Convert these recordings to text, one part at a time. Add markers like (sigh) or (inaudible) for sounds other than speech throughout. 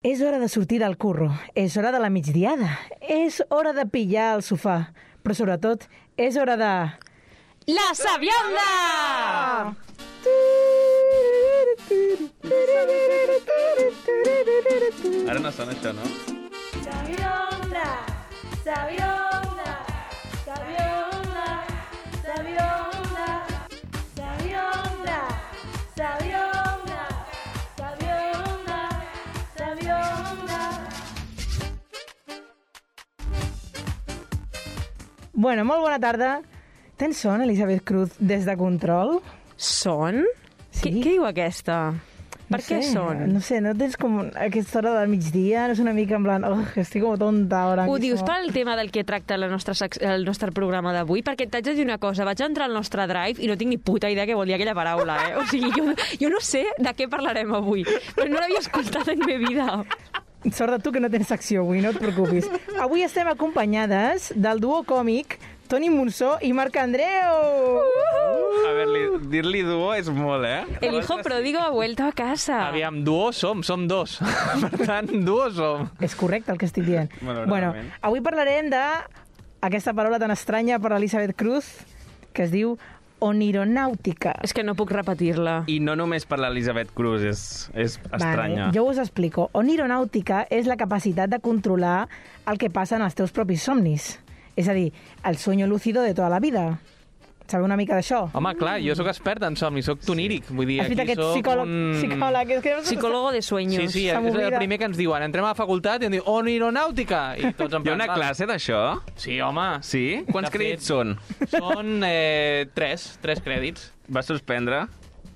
És hora de sortir del curro, és hora de la migdiada, és hora de pillar al sofà, però sobretot és hora de... ¡La Sabionda! Ara no sona això, no? Sabionda, sabionda, sabionda, sabionda, sabionda, sabionda, sabionda, sabionda. Bueno, molt bona tarda. Tens son, Elisabet Cruz, des de Control? Són? Sí. Què, què diu aquesta? Per no què sé, són? No sé, no tens com aquesta hora del migdia? No és una mica en plan, oh, estic com tonta ara. Ho mismo." dius pel tema del que tracta la nostra sec- el nostre programa d'avui? Perquè t'haig de dir una cosa, vaig entrar al nostre drive i no tinc ni puta idea què volia aquella paraula, eh? O sigui, jo, jo no sé de què parlarem avui, però no l'havia escoltat en la meva vida. Sort de tu que no tens secció avui, no et (laughs) preocupis. Avui estem acompanyades del duo còmic Toni Monsó i Marc Andreu! A veure, dir-li duo és molt, eh? (laughs) El hijo pródigo ha vuelto a casa. Aviam, duo som, som dos. per tant, duo som. És correcte el que estic (laughs) dient. Bueno, Malauradament. avui parlarem de aquesta paraula tan estranya per a Elisabet Cruz, que es diu onironàutica. És que no puc repetir-la. I no només per l'Elisabet Cruz, és, és estranya. Vale, jo us explico. Onironàutica és la capacitat de controlar el que passa en els teus propis somnis. És a dir, el sueño lúcido de tota la vida. Sabeu una mica d'això? Home, clar, jo sóc expert en somnis, sóc toníric. Vull dir, Has vist aquí aquest sóc psicòleg... un... psicòleg és que... Psicólogo de sueños. Sí, sí, Se és el m'oblida. primer que ens diuen. Entrem a la facultat i em diu onironàutica. I tots en (laughs) Hi ha una plan, "Vale". classe d'això? Sí, home. Sí? Quants De fet, crèdits són? Són eh, tres, tres crèdits. Va sorprendre?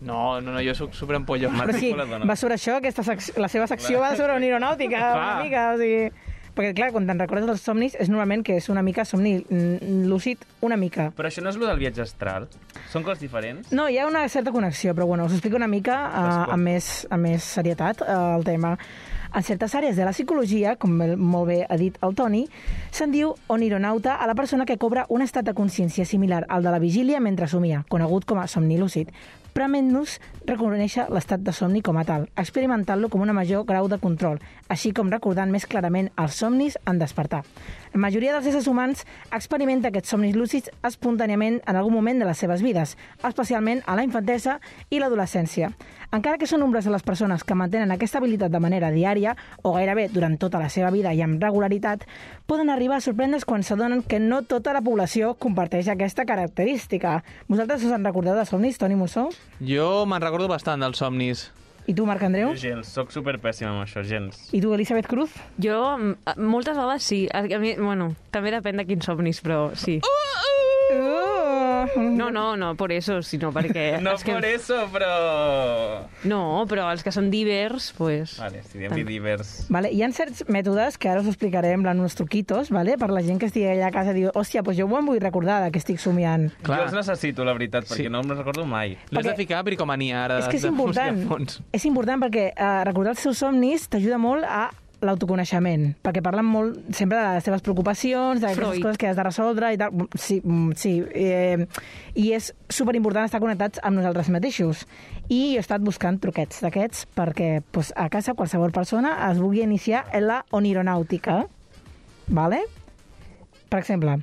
No, no, no, jo sóc superempollo. Mar- Però sí, Matrícula dona. va sobre això, aquesta secció, la seva secció va sobre onironàutica, una Clar. mica, o sigui... Perquè, clar, quan te'n recordes dels somnis, és normalment que és una mica somni mm, lúcid, una mica. Però això no és el del viatge astral? Són coses diferents? No, hi ha una certa connexió, però bueno, us explico una mica uh, amb, més, amb més serietat uh, el tema. En certes àrees de la psicologia, com el, molt bé ha dit el Toni, se'n diu onironauta a la persona que cobra un estat de consciència similar al de la vigília mentre somia, conegut com a somni lúcid. Premenus reconèixer l'estat de somni com a tal, experimentant-lo com un major grau de control, així com recordant més clarament els somnis en despertar. La majoria dels éssers humans experimenta aquests somnis lúcids espontàniament en algun moment de les seves vides, especialment a la infantesa i l'adolescència. Encara que són nombroses les persones que mantenen aquesta habilitat de manera diària o gairebé durant tota la seva vida i amb regularitat, poden arribar a sorprendre's quan s'adonen que no tota la població comparteix aquesta característica. Vosaltres us en recordeu de somnis, Toni Mussó? Jo me'n recordo bastant dels somnis. I tu, Marc Jo Andreu? gens, sóc superpèssim amb això, gens. I tu, Elisabet Cruz? Jo, mm, moltes vegades sí. A mi, bueno, també depèn de quins somnis, però sí. Uh! No, no, no, por eso, sinó Eh, perquè... (laughs) No els que... por eso, però... No, però els que són divers, pues... Vale, si diem divers. Vale, hi ha certs mètodes que ara us explicarem, en plan uns truquitos, vale? per la gent que estigui allà a casa i diu, hòstia, doncs jo em vull recordar de que estic somiant. Clar. Jo els necessito, la veritat, perquè Sí. no me'n recordo mai. L'has de Perquè- ficar a bricomania, ara. és que és de música important. a fons. És important perquè eh, recordar els seus somnis t'ajuda molt a l'autoconeixement, perquè parlen molt sempre de les teves preocupacions, d'aquestes Freud. coses que has de resoldre i tal. Sí, mm, sí. Eh, I és superimportant estar connectats amb nosaltres mateixos. I he estat buscant truquets d'aquests perquè pues, a casa qualsevol persona es vulgui iniciar en la onironàutica. Vale? Per exemple,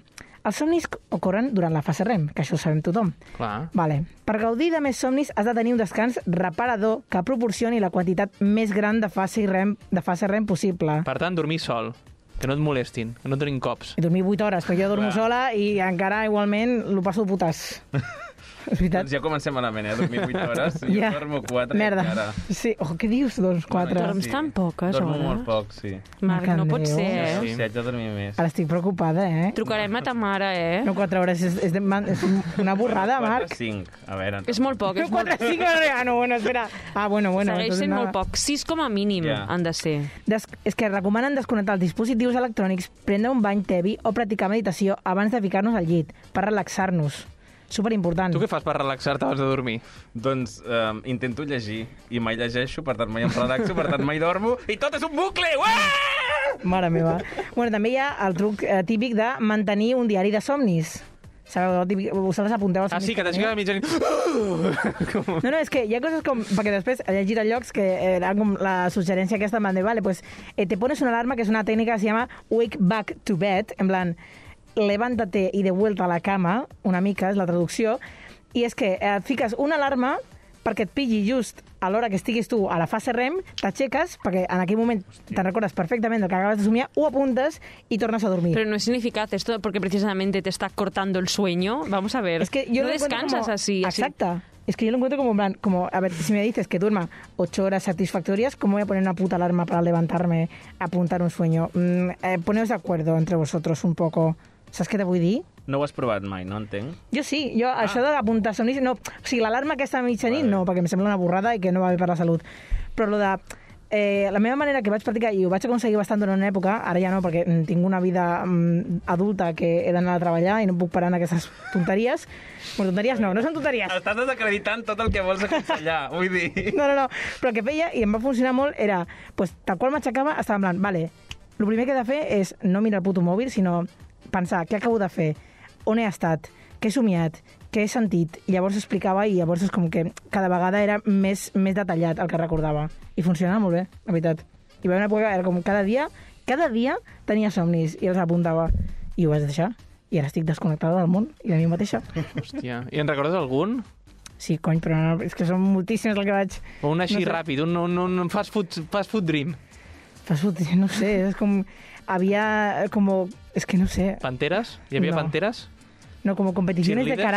els somnis ocorren durant la fase REM, que això ho sabem tothom. Clar. Vale. Per gaudir de més somnis has de tenir un descans reparador que proporcioni la quantitat més gran de fase REM, de fase REM possible. Per tant, dormir sol. Que no et molestin, que no et donin cops. He dormit 8 hores, perquè jo dormo sola i encara igualment lo passo de (laughs) putàs. És Doncs veritat. ja comencem malament, eh? Dormir 8 hores, jo Ja. dormo 4 Merda. encara. Sí, oh, què dius, doncs, 4? Bueno, Dorms tan poques Dormo eh? hores? molt poc, sí. Marc, no pot Marc ser, eh? No Sí. sé, haig de dormir més. Ara estic preocupada, eh? Trucarem a ta mare, eh? No, 4 hores és, és, de, man- és una borrada, Marc. 5, a veure. És molt poc, No, és molt... 4, 5 hores... Ah, no, bueno, espera. Ah, bueno, bueno. Segueix entonces sent nada. molt poc. Sis com a mínim Ja. han de ser. Des és que recomanen desconnectar els dispositius electrònics, prendre un bany tevi o practicar meditació abans de ficar-nos al llit, per relaxar-nos. Superimportant. Tu què fas per relaxar-te abans de dormir? Doncs um, intento llegir, i mai llegeixo, per tant mai em relaxo, per tant mai dormo, i tot és un bucle! Uah! (laughs) Mare meva. bueno, també hi ha el truc eh, típic de mantenir un diari de somnis. Sabeu, el típic- se les apunteu als Ah, sí, que t'aixeques a la mitjanit. Com... No, no, és que hi ha coses com... Perquè després he llegit a llocs que eh, era com la suggerència aquesta en plan de, vale, pues, eh, te pones una alarma que és una tècnica que se llama wake back to bed, en plan, levántate i de vuelta a la cama, una mica, és la traducció, i és que eh, et fiques una alarma perquè et pilli just a l'hora que estiguis tu a la fase REM, t'aixeques, perquè en aquell moment te'n recordes perfectament del que acabes de somiar, ho apuntes i tornes a dormir. Pero no es ineficaz esto porque precisamente te está cortando el sueño. Vamos a ver. Es que yo no lo encuentro descansas como- así, así. Exacta. Es que yo lo encuentro como, en plan, como, a ver, si me dices que duerma ocho horas satisfactorias, ¿cómo voy a poner una puta alarma para levantarme a apuntar un sueño? Mm, eh, poneos de acuerdo entre vosotros un poco. ¿Saps què te vull dir? No ho has provat mai, no entenc. Jo sí, jo ah. això de l'apuntar sonís... No, o sigui, l'alarma aquesta a mitjanit no, perquè em sembla una borrada i que no va bé per la salut. Però lo de... Eh, la meva manera que vaig practicar, i ho vaig aconseguir bastant durant una època, ara ja no, perquè mm, tinc una vida mm, adulta que he d'anar a treballar i no puc parar en aquestes tonteries. Bueno, tonteries no, no són tonteries. Estàs desacreditant tot el que vols aconsellar, (laughs) vull dir... No, no, no. Però el que feia, i em va funcionar molt, era, pues, tal qual m'aixecava, estava en plan, vale, el primer que he de fer és no mirar el puto mòbil, sinó pensar què acabo de fer, on he estat, què he somiat, què he sentit. I llavors explicava i llavors és com que cada vegada era més, més detallat el que recordava. I funcionava molt bé, la veritat. I va haver una època que era com cada dia, cada dia tenia somnis i els apuntava. I ho vaig deixar. I ara estic desconnectada del món i de mi mateixa. (gasps) Hòstia. I en recordes algun? Sí, cony, però no, és que són moltíssims el que vaig... O un així No sé. ràpid, un, un, un fast, food, fast food dream. Fast food, (laughs) no sé, es como... Había eh, como... Es que no sé. Panteres? Hi havia No. panteres? No, como competiciones de Cheerleaders?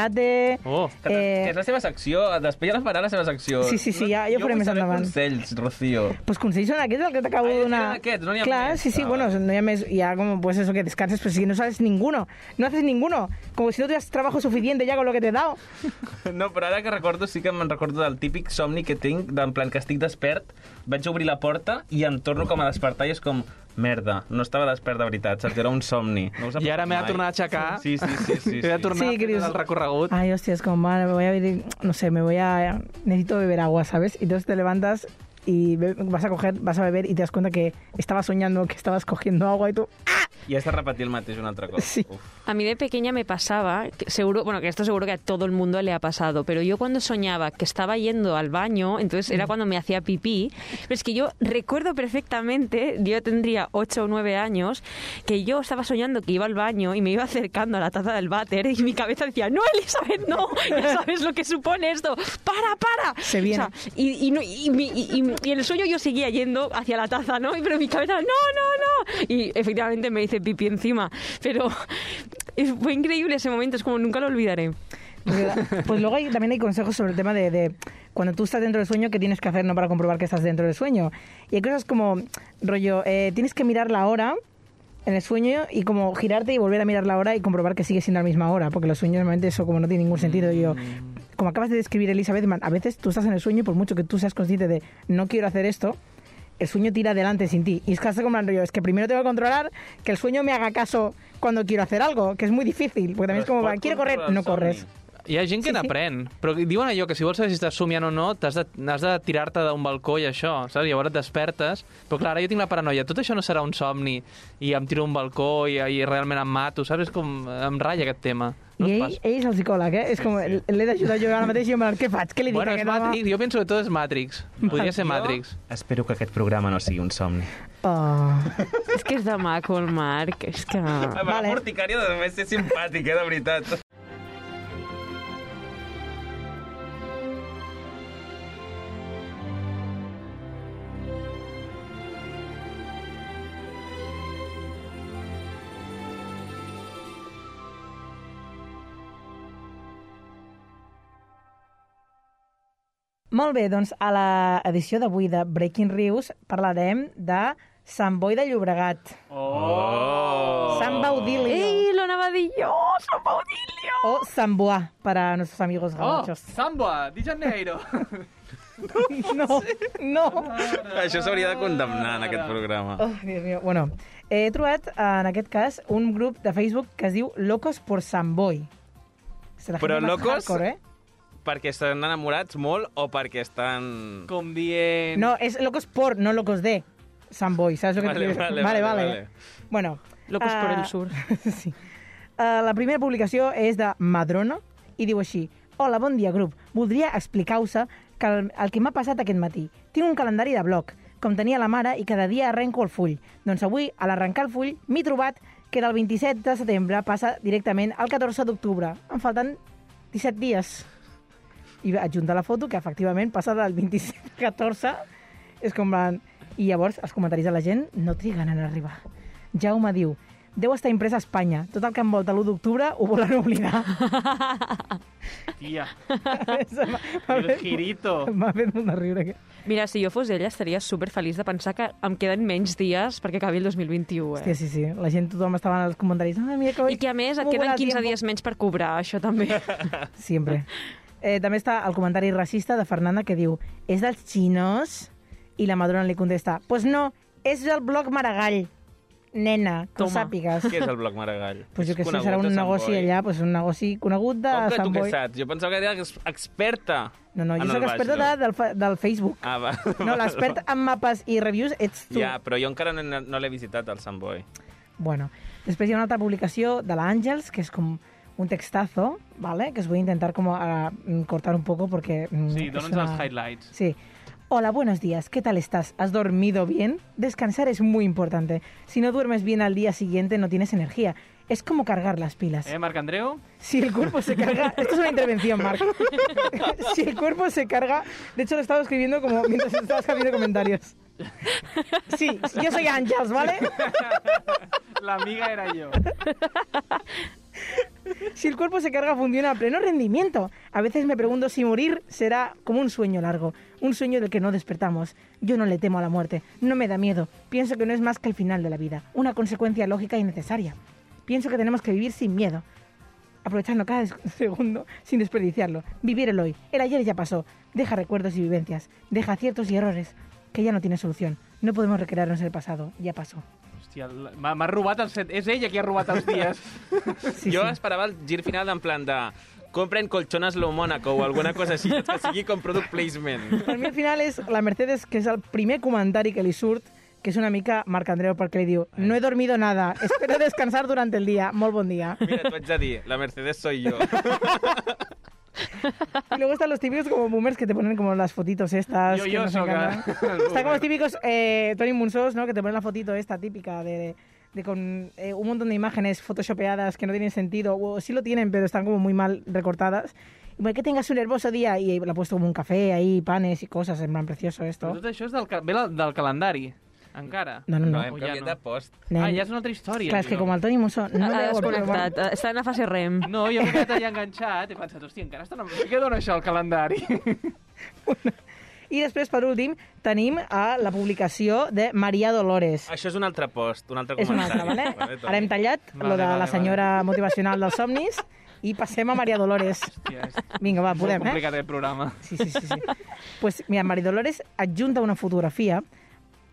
karate... Oh. eh, Que és la seva secció, després ja la farà la seva secció. Sí, sí, sí, ja- ja ho farem vull més saber endavant. consells, Rocío. pues consells són aquests, el que t'acabo Ah, de ja donar. tenen aquests, no n'hi ha Clar, més. sí, sí, Ah. bueno, no hi ha més, hi ha como, pues eso, que descanses, pero si que no sales ninguno, no haces ninguno, como si no tuvieras trabajo suficiente ya con lo que te he dado. No, però ara que recordo, sí que me'n recordo del típic somni que tinc, d'en plan que estic despert, vaig obrir la porta i em torno com a despertar i és com, merda, no estava despert de veritat, saps? Era un somni. No us ha I ara passat m'he de mai? tornar a aixecar. Sí, sí, sí. sí, sí. M'he de tornar Sí, a que fer dius- tot el recorregut. Ay, hostia, es como, vale, me voy a venir, no sé, me voy a... Necesito beber agua, ¿sabes? Y entonces te levantas y be- vas a coger, vas a beber y te das cuenta que estabas soñando que estabas cogiendo agua y tú... I has de repetir el mateix un altre cop. Sí. Uf. A mí de pequeña me pasaba, que seguro, bueno, que esto seguro que a todo el mundo le ha pasado, pero yo cuando soñaba que estaba yendo al baño, entonces Mm. era cuando me hacía pipí, pero es que yo recuerdo perfectamente, yo tendría 8 o 9 años, que yo estaba soñando que iba al baño y me iba acercando a la taza del váter y mi cabeza decía, no, Elizabeth, no, ya sabes lo que supone esto, para, para. Se viene. O sea, y, y no- y mi- y- y- y en el sueño yo seguía yendo hacia la taza, ¿no? Y- Pero mi cabeza, no, no, no. Y efectivamente me hice pipí encima. Pero es- fue increíble ese momento, es como nunca lo olvidaré. Pues luego hay- también hay consejos sobre el tema de, de cuando tú estás dentro del sueño, ¿qué tienes que hacer no para comprobar que estás dentro del sueño? Y hay cosas como, rollo, eh, tienes que mirar la hora en el sueño y como girarte y volver a mirar la hora y comprobar que sigue siendo la misma hora, porque los sueños normalmente eso como no tiene ningún sentido. Y Yo, como acabas de describir Elizabeth, man, a veces tú estás en el sueño y por mucho que tú seas consciente de no quiero hacer esto, el sueño tira adelante sin ti. Y es casi como el rollo, es que primero tengo que controlar que el sueño me haga caso cuando quiero hacer algo, que es muy difícil, porque Però también es es como, pot va, quiero correr, controlar el no corres. somni. Hi ha gent que Sí, sí. n'aprèn, però diuen allò que si vols saber si estàs somiant o no, t'has de, has de tirar-te d'un balcó i això, saps? Llavors et despertes, però clar, ara jo tinc la paranoia, tot això no serà un somni, i em tiro a un balcó i, i realment em mato, saps? És com, em ratlla aquest tema. No I us ell, passa? ell és el psicòleg, eh? És com, l'he d'ajudar jo ara mateix i jo me què faig? Què li dic Bueno, a és aquest home? Matrix, jo penso que tot és Matrix. Podria ser Matrix. Espero que aquest programa no sigui un somni. Oh. Es que es Damaco, el Marc, es que... Vale. Vale. La porticària de ser simpàtic, eh, de veritat. Molt bé, doncs a l'edició d'avui de Breaking Rius parlarem de Sant Boi de Llobregat. Oh. Sant Baudilio. ¡Ey, lo navadillo! ¡San Baudilio! O Sant Boà, para nuestros Oh! amigos gabachos. Samba, de Janeiro. (laughs) No, no. Això s'hauria de condemnar en aquest programa. Oh, Dios mío. Bueno, he trobat, en aquest cas, un grup de Facebook que es diu Locos por Sant Boi. Se la Però gente más locos- hardcore, eh? Perquè estan enamorats molt o perquè estan... Com dient... No, es locos por, no locos de Samboy, ¿sabes lo que Vale, te quiero decir? vale, vale, vale. Bueno. Locos por ah, el sur. (laughs) sí. Eh, la primera publicació és de Madrona i diu així Hola, bon dia, grup. Voldria explicar-vos que el, el que m'ha passat aquest matí. Tinc un calendari de bloc, com tenia la mare, i cada dia arrenco el full. Doncs avui, a l'arrencar el full, m'he trobat que del 27 de setembre passa directament al 14 d'octubre. Em falten 17 dies. I vaig adjuntar la foto, que efectivament passa del 27 al 14. És com la... I llavors els comentaris de la gent no triguen en arribar. Jaume diu, deu estar impresa a Espanya. Tot el que envolta l'1 d'octubre ho volen oblidar. (laughs) Tia, M'ha el fet- girito. m'ha fet molt de riure. aquest. Mira, si jo fos ella, estaria superfeliç de pensar que em queden menys dies perquè acabi el 2021, eh? Hòstia, sí, sí. La gent, tothom estava en els comentaris. Ah, mira que... I que, a més, et com vola queden el 15 tiempo". dies menys per cobrar, (laughs) això també. Sempre. Eh, també està el comentari racista de Fernanda que diu és dels xinos? I la Madrona li contesta pues no, és del bloc Maragall. Nena, que ho Toma. sàpigues. Què és el bloc Maragall? Pues jo És que sé, conegut serà a un Sant negoci Boi. allà, pues un negoci conegut de Com que tu Sant què Boi. saps? Jo pensava que eres experta. No, no, en jo el sóc baix, experta Ah, no? de, del, fa- del Facebook. Ah, va. No, l'expert en mapes i reviews ets tu. Ja, però jo encara no, no l'he visitat, el Sant Boi. Bueno, després hi ha una altra publicació de la Àngels, que és com un textazo, ¿vale? que os voy a intentar como a, mm, cortar un poco porque... mm, Sí, es dóna'ns una- els highlights. Sí. Hola, buenos días. ¿Qué tal estás? ¿Has dormido bien? Descansar es muy importante. Si no duermes bien al día siguiente no tienes energía. Es como cargar las pilas. Eh, Marc Andreu? Si el cuerpo se carga... Esto es una intervención, Marc. si el cuerpo se carga... De hecho, lo estaba escribiendo como mientras estabas haciendo comentarios. Sí, yo soy Ángels, ¿vale? La amiga era (laughs) yo. Si el cuerpo se carga, funciona a pleno rendimiento. A veces me pregunto si morir será como un sueño largo, un sueño del que no despertamos. Yo no le temo a la muerte, no me da miedo. Pienso que no es más que el final de la vida, una consecuencia lógica y necesaria. Pienso que tenemos que vivir sin miedo, aprovechando cada des- (laughs) segundo sin desperdiciarlo. Vivir el hoy, el ayer ya pasó. Deja recuerdos y vivencias, deja aciertos y errores que ya no tiene solución. No podemos recrearnos en el pasado, ya pasó. Hòstia, la- m'ha m'ha robat el set. És ella qui ha robat els dies. Sí, jo sí. esperava el gir final en plan de compren colchones lo Mónaco o alguna cosa així (laughs) que sigui com product placement. Per mi al final és la Mercedes, que és el primer comentari que li surt, que és una mica Marc Andreu perquè li diu no he dormido nada, espero descansar durant el dia, molt bon dia. Mira, t'ho haig de dir, la Mercedes soy yo. Y luego están los típicos como boomers que te ponen como las fotitos estas. Yo- que yo nos soy (laughs) encantan. el boomer. Están como los típicos eh, Tony Munsos, ¿no? Que te ponen la fotito esta típica de, de con eh, un montón de imágenes photoshopeadas que no tienen sentido. O sí lo tienen, pero están como muy mal recortadas. Y bueno, que tengas un hermoso día. Y le ha puesto como un café ahí, panes y cosas. En plan, precioso esto. Però tot això és del, ca- ve la- del calendari, encara. No, no, no. No, hem O ja canviat no. de post. Ah, Nen. ja és una altra història. Clar, és que tio. com el Toni Musso no No ha deu aprovar... desconnectat. Està en la fase REM. No, jo m'he quedat allà enganxat i he pensat, hòstia, encara estan... Què dona això al calendari? I després, per últim, tenim a la publicació de Maria Dolores. Això és un altre post, un altre És una comentari. doncs. altra, vale? Toni? Ara hem tallat Vale, lo de vale, la vale. senyora motivacional dels somnis i passem a Maria Dolores. Hòstia, és Vinga, va, molt podem, eh? complicat aquest programa. Sí, sí, sí. sí. Pues mira, María Dolores adjunta una fotografía,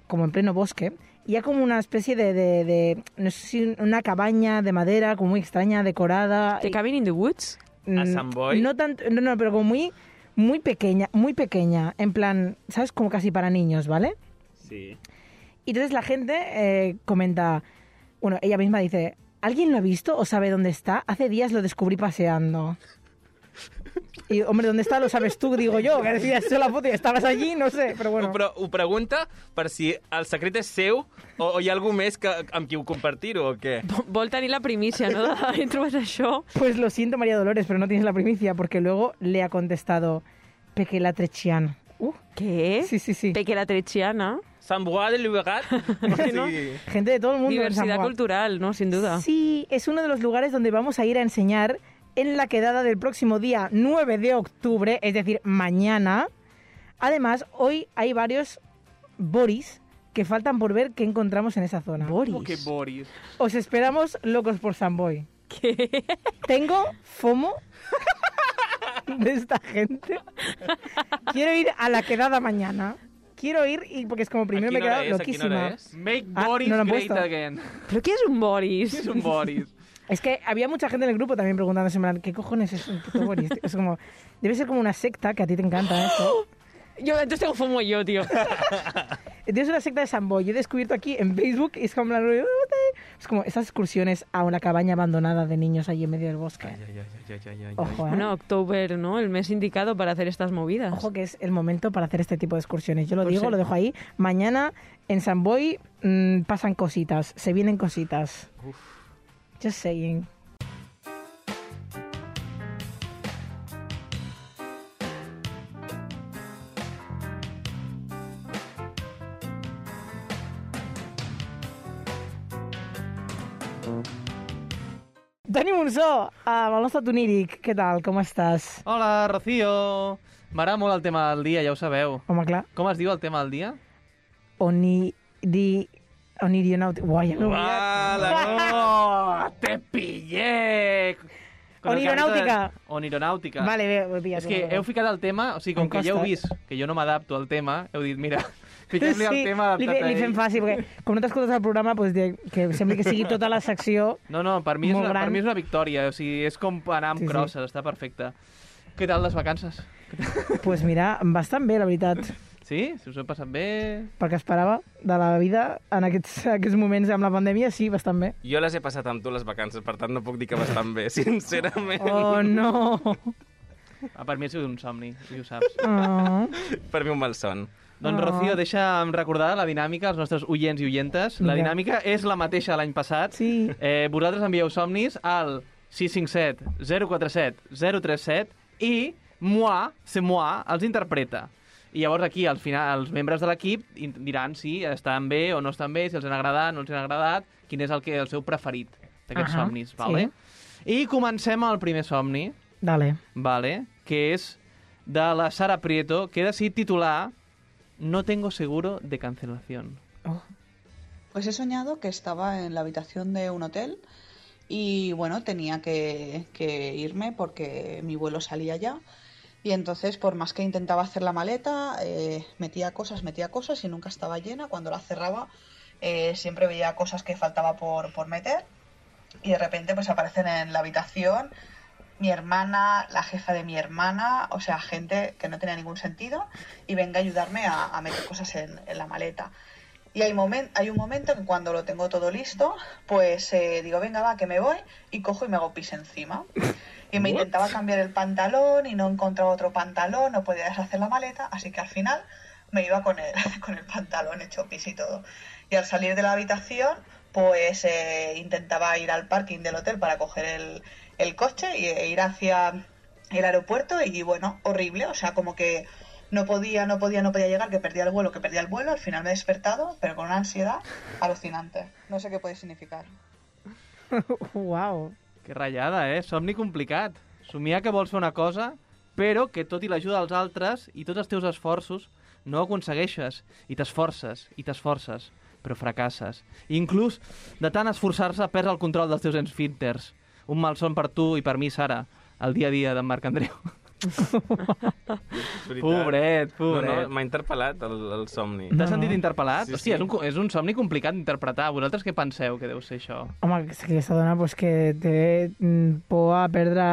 como en pleno bosque, y hay como una especie de, de, de, no sé si una cabaña de madera como muy extraña, decorada. The Cabin in the Woods? Mm, ¿A San Boy? No, tanto, no, no, pero como muy, muy pequeña, muy pequeña, en plan, ¿sabes? Como casi para niños, ¿vale? Sí. Y entonces la gente eh, comenta, bueno, ella misma dice, ¿alguien lo ha visto o sabe dónde está? Hace días lo descubrí paseando. Y, hombre, ¿dónde está? Lo sabes tú, digo yo, que decías yo la foto y estabas allí, no sé, pero Bueno. bueno. Però ho pregunta per si el secret és seu o, o hi ha algú més que, amb qui ho compartir-ho o què? Vol- (laughs) Vol tenir la primícia, no? De- (laughs) He trobat això. Pues lo siento, María Dolores, pero no tienes la primicia, porque luego le ha contestado Pequela Trechian. Uh, Què? sí, sí, sí. ¿Eh? Peque la trechiana. Sant Bois de Llobregat? No. Sí. Gente de todo el mundo. en San Diversidad Juan. cultural, ¿no? Sin duda. Sí, es uno de los lugares donde vamos a ir a enseñar en la quedada del próximo día 9 de octubre, es decir, mañana. Además, hoy hay varios Boris que faltan por ver qué encontramos en esa zona. Com Oh, que Boris. Boris? Os esperamos locos por Samboy. ¿Qué? Tengo FOMO de esta gente. Quiero ir a la quedada mañana. Quiero ir y porque es como primero a me he quina quedado hora és? A quina hora loquísima. és? Make Ah, Boris no l'han great puesto. again. (laughs) ¿Pero qué es un Boris? És un Boris. Es que había mucha gente en el grupo también preguntándose, en plan, ¿qué cojones es un puto Boris? tío? Es como, debe ser como una secta, que a ti te encanta esto. Yo, entonces tengo fumo (laughs) yo, tío. Entonces, una secta de Samboy. Yo he descubierto aquí en Facebook, y es como, en plan, "Oh, te- Es como esas excursiones a una cabaña abandonada de niños allí en medio del bosque. Ay, ay, ay, ay, ay, ay, Ojo, ¿eh? Bueno, October, ¿no? El mes indicado para hacer estas movidas. Ojo que es el momento para hacer este tipo de excursiones. Yo lo Pues digo, sí. lo dejo ahí. Mañana en San Boi mm, pasan cositas, se vienen cositas. Just saying. Dani Monsó, amb el nostre Tuníric. Què tal? Com estàs? Hola, Rocío! M'agrada molt el tema del dia, ja ho sabeu. Home, clar, Com es diu el tema del dia? Oniri... Onirionaut... Uai, ja m'he oblidat. no! Oh, ¡Te pillé! Con el Onironáutica. cabeza de- Onironáutica. (laughs) vale, bé, ho he pillat. És que heu ficat el tema, o sigui, com Em que ja heu costa, eh? vist que jo no m'adapto al tema, heu dit, mira, fiquem-li el tema li, adaptat fe- li a fem ell. fàcil, perquè com no t'escoltes el programa, doncs, diré que sembla que sigui tota la secció... No, no, per mi, és Molt una, per gran. mi és una victòria, o sigui, és com anar amb Sí, sí, sí. crosses, està perfecte. Què tal les vacances? Doncs pues mira, bastant bé, la veritat, Sí? Si us ho heu passat bé? perquè esperava de la vida en aquests, aquests moments amb la pandèmia, sí, bastant (laughs) bé. Jo les he passat amb tu, les vacances, per tant no puc dir que bastant bé, (laughs) sincerament. Oh, no! Ah, per mi ha sigut un somni, i ho (laughs) saps. Oh. Per mi un mal son. Doncs, Oh. Rocío, deixa'm recordar la dinàmica als nostres oients i oientes. La Vinga. dinàmica és la mateixa de l'any passat. Sí. Eh, vosaltres envieu somnis al 657 047 037 i moi, c'est moi, els interpreta. I llavors aquí, al final, els membres de l'equip in- diran si estan bé o no estan bé, si els han agradat, no els han agradat, quin és el, que, el seu preferit d'aquests Ahà, somnis, sí. vale? I comencem amb el primer somni Dale. vale, que és de la Sara Prieto, que he decidit titular No tengo seguro de cancelación. Oh. Pues he soñado que estaba en la habitación de un hotel y bueno, tenía que, que irme porque mi vuelo salía ya. Y entonces, por más que intentaba hacer la maleta, eh, metía cosas, metía cosas y nunca estaba llena. Cuando la cerraba, eh, siempre veía cosas que faltaba por, por meter. Y de repente, pues aparecen en la habitación mi hermana, la jefa de mi hermana, o sea, gente que no tenía ningún sentido, y venga a ayudarme a, a meter cosas en, en la maleta. Y hay, momen- hay un momento en cuando lo tengo todo listo, pues eh, digo, venga, va, que me voy, y cojo y me hago pis encima. Y me intentaba cambiar el pantalón y no encontraba otro pantalón, no podía deshacer la maleta, así que al final me iba con el, (laughs) con el pantalón hecho pis y todo. Y al salir de la habitación, pues eh, intentaba ir al parking del hotel para coger el, el coche y- e ir hacia el aeropuerto y bueno, horrible, o sea, como que no podía, no podía, no podía llegar, que perdía el vuelo, que perdía el vuelo, al final me he despertado, pero con una ansiedad alucinante. No sé qué puede significar. Uau. Que ratllada, eh? Somni complicat. Somiar que vols fer una cosa, però que tot i l'ajuda dels altres i tots els teus esforços no ho aconsegueixes. I t'esforces, i t'esforces, però fracasses. I inclús, de tant esforçar-se, perds el control dels teus enfinters. Un malson per tu i per mi, Sara, el dia a dia d'en Marc Andreu. És veritat. Pobret, No, no, pobret. m'ha interpel·lat el, el somni. T'has No, sentit no. interpel·lat? Sí, Sí, Hòstia, sí. és un, co- és un somni complicat d'interpretar. Vosaltres què penseu que deu ser això? Home, és que aquesta dona pues, que té mm, por a perdre...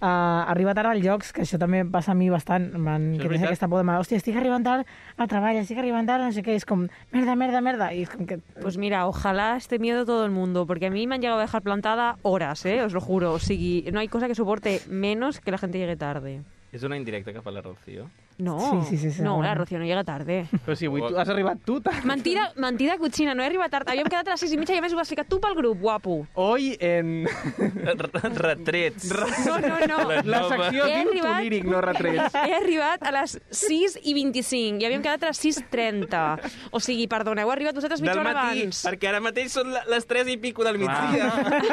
A arribar tard als llocs, que això també em passa a mi bastant, man, que Això és tens veritat. aquesta por de mà, hòstia, estic arribant tard al treball, estic arribant tard, no sé què, és com, merda, merda, merda, i és com que... Pues mira, ojalá esté miedo todo el mundo, porque a mí me han llegado a dejar plantada horas, ¿eh? os lo juro. O sigui, no hay cosa que soporte menos que la gente llegue tarde. És una indirecta cap a la (laughs) Rocío. No, Sí, sí, sí, sí, no, la bueno. Rocío no llega (laughs) tarde. Però si avui tu has arribat tu tard. Mentida, mentida cotxina, no he arribat tard. Havíem quedat a les 6 i mitja i a més ho vas ficar tu pel grup, guapo. Hoy (laughs) en... R- Retrets. No, no, no. La La nova. secció He diu arribat- Tuníric, no retrets. He arribat a les 6 i 25 i havíem quedat a les 6.30. O sigui, perdoneu, heu arribat vosaltres mitja Del hora matí, abans. perquè ara mateix són la- les 3 i pico del migdia.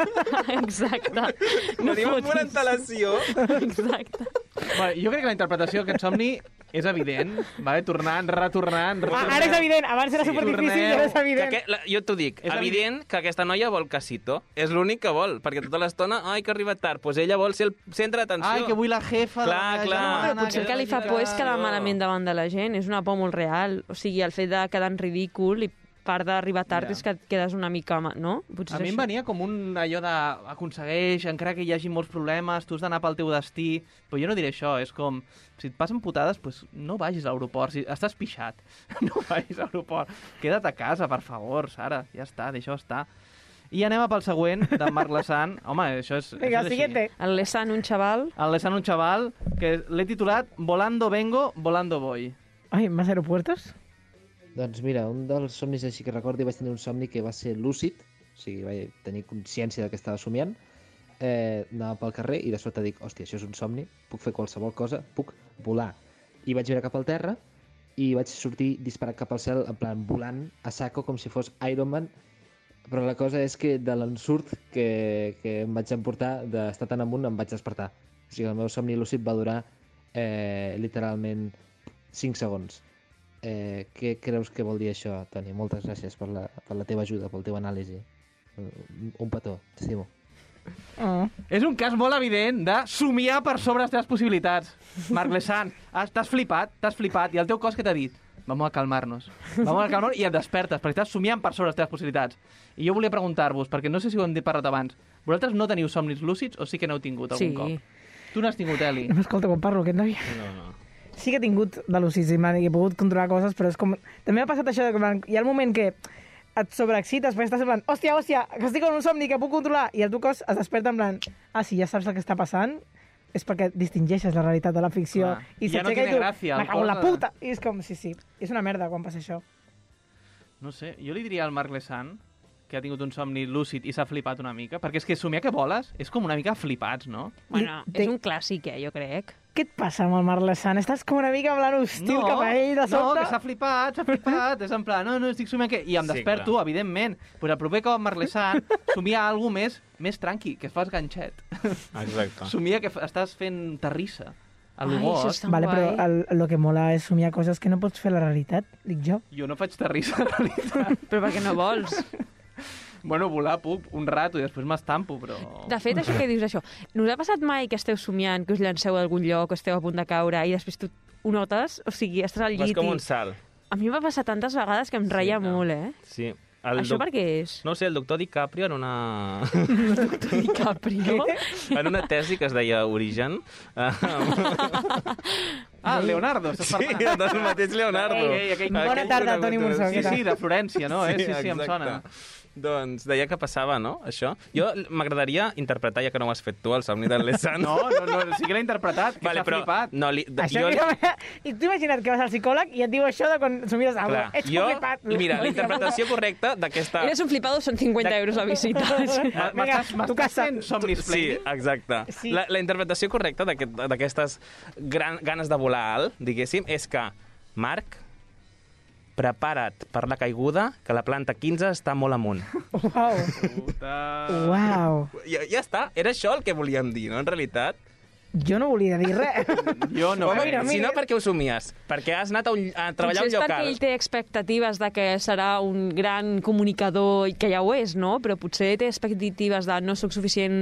(laughs) Exacte. No Tenim amb una fotis. antelació. Exacte. Bueno, jo crec que la interpretació d'aquest somni és evident. Vale? Tornant, retornant, Ah, retornant. ara és evident, abans era Sí, superdifícil i torneu. ara és Que evident. aquest, la, jo t'ho dic, És és evident que aquesta noia vol casito. És l'únic que vol, perquè tota l'estona, ai, que arriba tard, doncs ella vol ser el centre d'atenció. Ai, que vull la jefa. de Clar, la meva clar. germana, Però potser el que li fa por és quedar no. malament davant de la gent. És una por molt real. O sigui, el fet de quedar en ridícul i part d'arribar tard Ja. és que et quedes una mica... ma- No? Potser A és mi em això. venia com un allò de aconsegueix, encara que hi hagi molts problemes, tu has d'anar pel teu destí, però jo no diré això, és com, si et passen putades, doncs no vagis a l'aeroport, si estàs (laughs) pixat, no vagis a l'aeroport, queda't a casa, per favor, Sara, ja està, deixa estar. I anem a pel següent, de Marc Lessant. (laughs) Home, això és... Vinga, això és siguiente. El Lesan, un xaval... El Lessant, un xaval, que l'he titulat Volando vengo, volando voy. Ai, más aeropuertos? Doncs mira, un dels somnis així que recordo vaig tenir un somni que va ser lúcid, o sigui, vaig tenir consciència del que estava somiant, eh, anava pel carrer i de sobte dic, hòstia, això és un somni, puc fer qualsevol cosa, puc volar. I vaig veure cap al terra i vaig sortir disparat cap al cel, en plan, volant a saco com si fos Iron Man, però la cosa és que de l'ensurt que, que em vaig emportar d'estar tan amunt em vaig despertar. O sigui, el meu somni lúcid va durar eh, literalment 5 segons. Eh, què creus que vol dir això, Toni? Moltes gràcies per la, per la teva ajuda, pel teu anàlisi. Un, un petó, t'estimo. Ah. És un cas molt evident de somiar per sobre les teves possibilitats. Marc Lessant, has- t'has flipat, t'has flipat, i el teu cos que t'ha dit? Vamos a calmar-nos. Vamos a calmar-nos i et despertes, perquè estàs somiant per sobre les teves possibilitats. I jo volia preguntar-vos, perquè no sé si ho hem dit parlat abans, vosaltres no teniu somnis lúcids o sí que n'heu tingut algun Sí. cop? Tu n'has tingut, Eli. No m'escolta quan parlo, aquest noi. No, no. sí que he tingut de lucidisme i he pogut controlar coses, però és com... També m'ha passat això de que en plan, hi ha el moment que et sobreexcites, perquè estàs en plan, hòstia, hòstia, que estic en un somni que puc controlar, i el teu cos es desperta en plan, ah, sí, ja saps el que està passant, és perquè distingeixes la realitat de la ficció. Clar. Ja no tiene gràcia, el me cago en la cos eh". de- puta! I és com, sí, sí, és una merda quan passa això. No sé, jo li diria al Marc Lessant que ha tingut un somni lúcid i s'ha flipat una mica, perquè és que somiar que voles és com una mica flipats, no? Bueno, Li- és te- un clàssic, eh, jo crec. Què et passa amb el Marc Lessant? Estàs com una mica en plan hostil cap a ell, de No, sobte? que s'ha flipat, s'ha flipat. És en plan, no, no, estic somiant que... I em Sí, desperto, evidentment. Però el proper cop amb Marlesant, somia alguna més, més tranqui, que fas ganxet. Exacte. Somia que f- estàs fent terrissa. A Ai, l'humor. això és tan Vale, guai. però el, el que mola és somiar coses que no pots fer a la realitat, dic jo. Jo no faig terrissa, en realitat. Però perquè no vols. bueno, volar puc un rato i després m'estampo, però... De fet, això que dius, això, no us ha passat mai que esteu somiant, que us llanceu a algun lloc, que esteu a punt de caure i després tu ho notes? O sigui, estàs al Vas llit com i... un salt. A mi em va passar tantes vegades que em reia no. molt, eh? Sí. El Això doc- per què és? No ho sé, el doctor DiCaprio en una, (laughs) DiCaprio? en una tesi que es deia Origen. Ah, el Leonardo, estàs (laughs) Sí, parlant. del mateix Leonardo. Ei, ei, aquell- Bona Aquell tarda, Leonardo, Toni Monzó, Sí, què tal? sí, de Florència, no? Eh? Sí, sí, em exacte. sona. Doncs deia que passava, no?, això. Jo m'agradaria interpretar, ja que no ho has fet tu, el somni del Lessan. No, no, no, sí que l'he interpretat, que vale, s'ha però, flipat. No, li, de, Això jo, jo... I tu imagina't que vas al psicòleg i et diu això de quan s'ho mires a clar, la Ets jo, flipat. mira, la interpretació correcta d'aquesta... (laughs) Eres un flipado, són 50 euros la (laughs) visita. M'estàs- Vinga, tu M'estàs casa. fent somnis Sí, exacte. Sí. Sí. La, la interpretació correcta d'aquest- d'aquestes gran, ganes de volar alt, diguéssim, és que, Marc, prepara't per la caiguda, que la planta 15 està molt amunt. Uau, Puta. uau. Ja, ja està, era això el que volíem dir, no?, en realitat. Jo no volia dir (laughs) res. Jo no. Home, mira, si mira. no, per què ho somies? Perquè has anat a, un, a treballar a un Potser és lloc perquè ell alt. té expectatives de que serà un gran comunicador, i que ja ho és, no? Però potser té expectatives de no sóc suficient,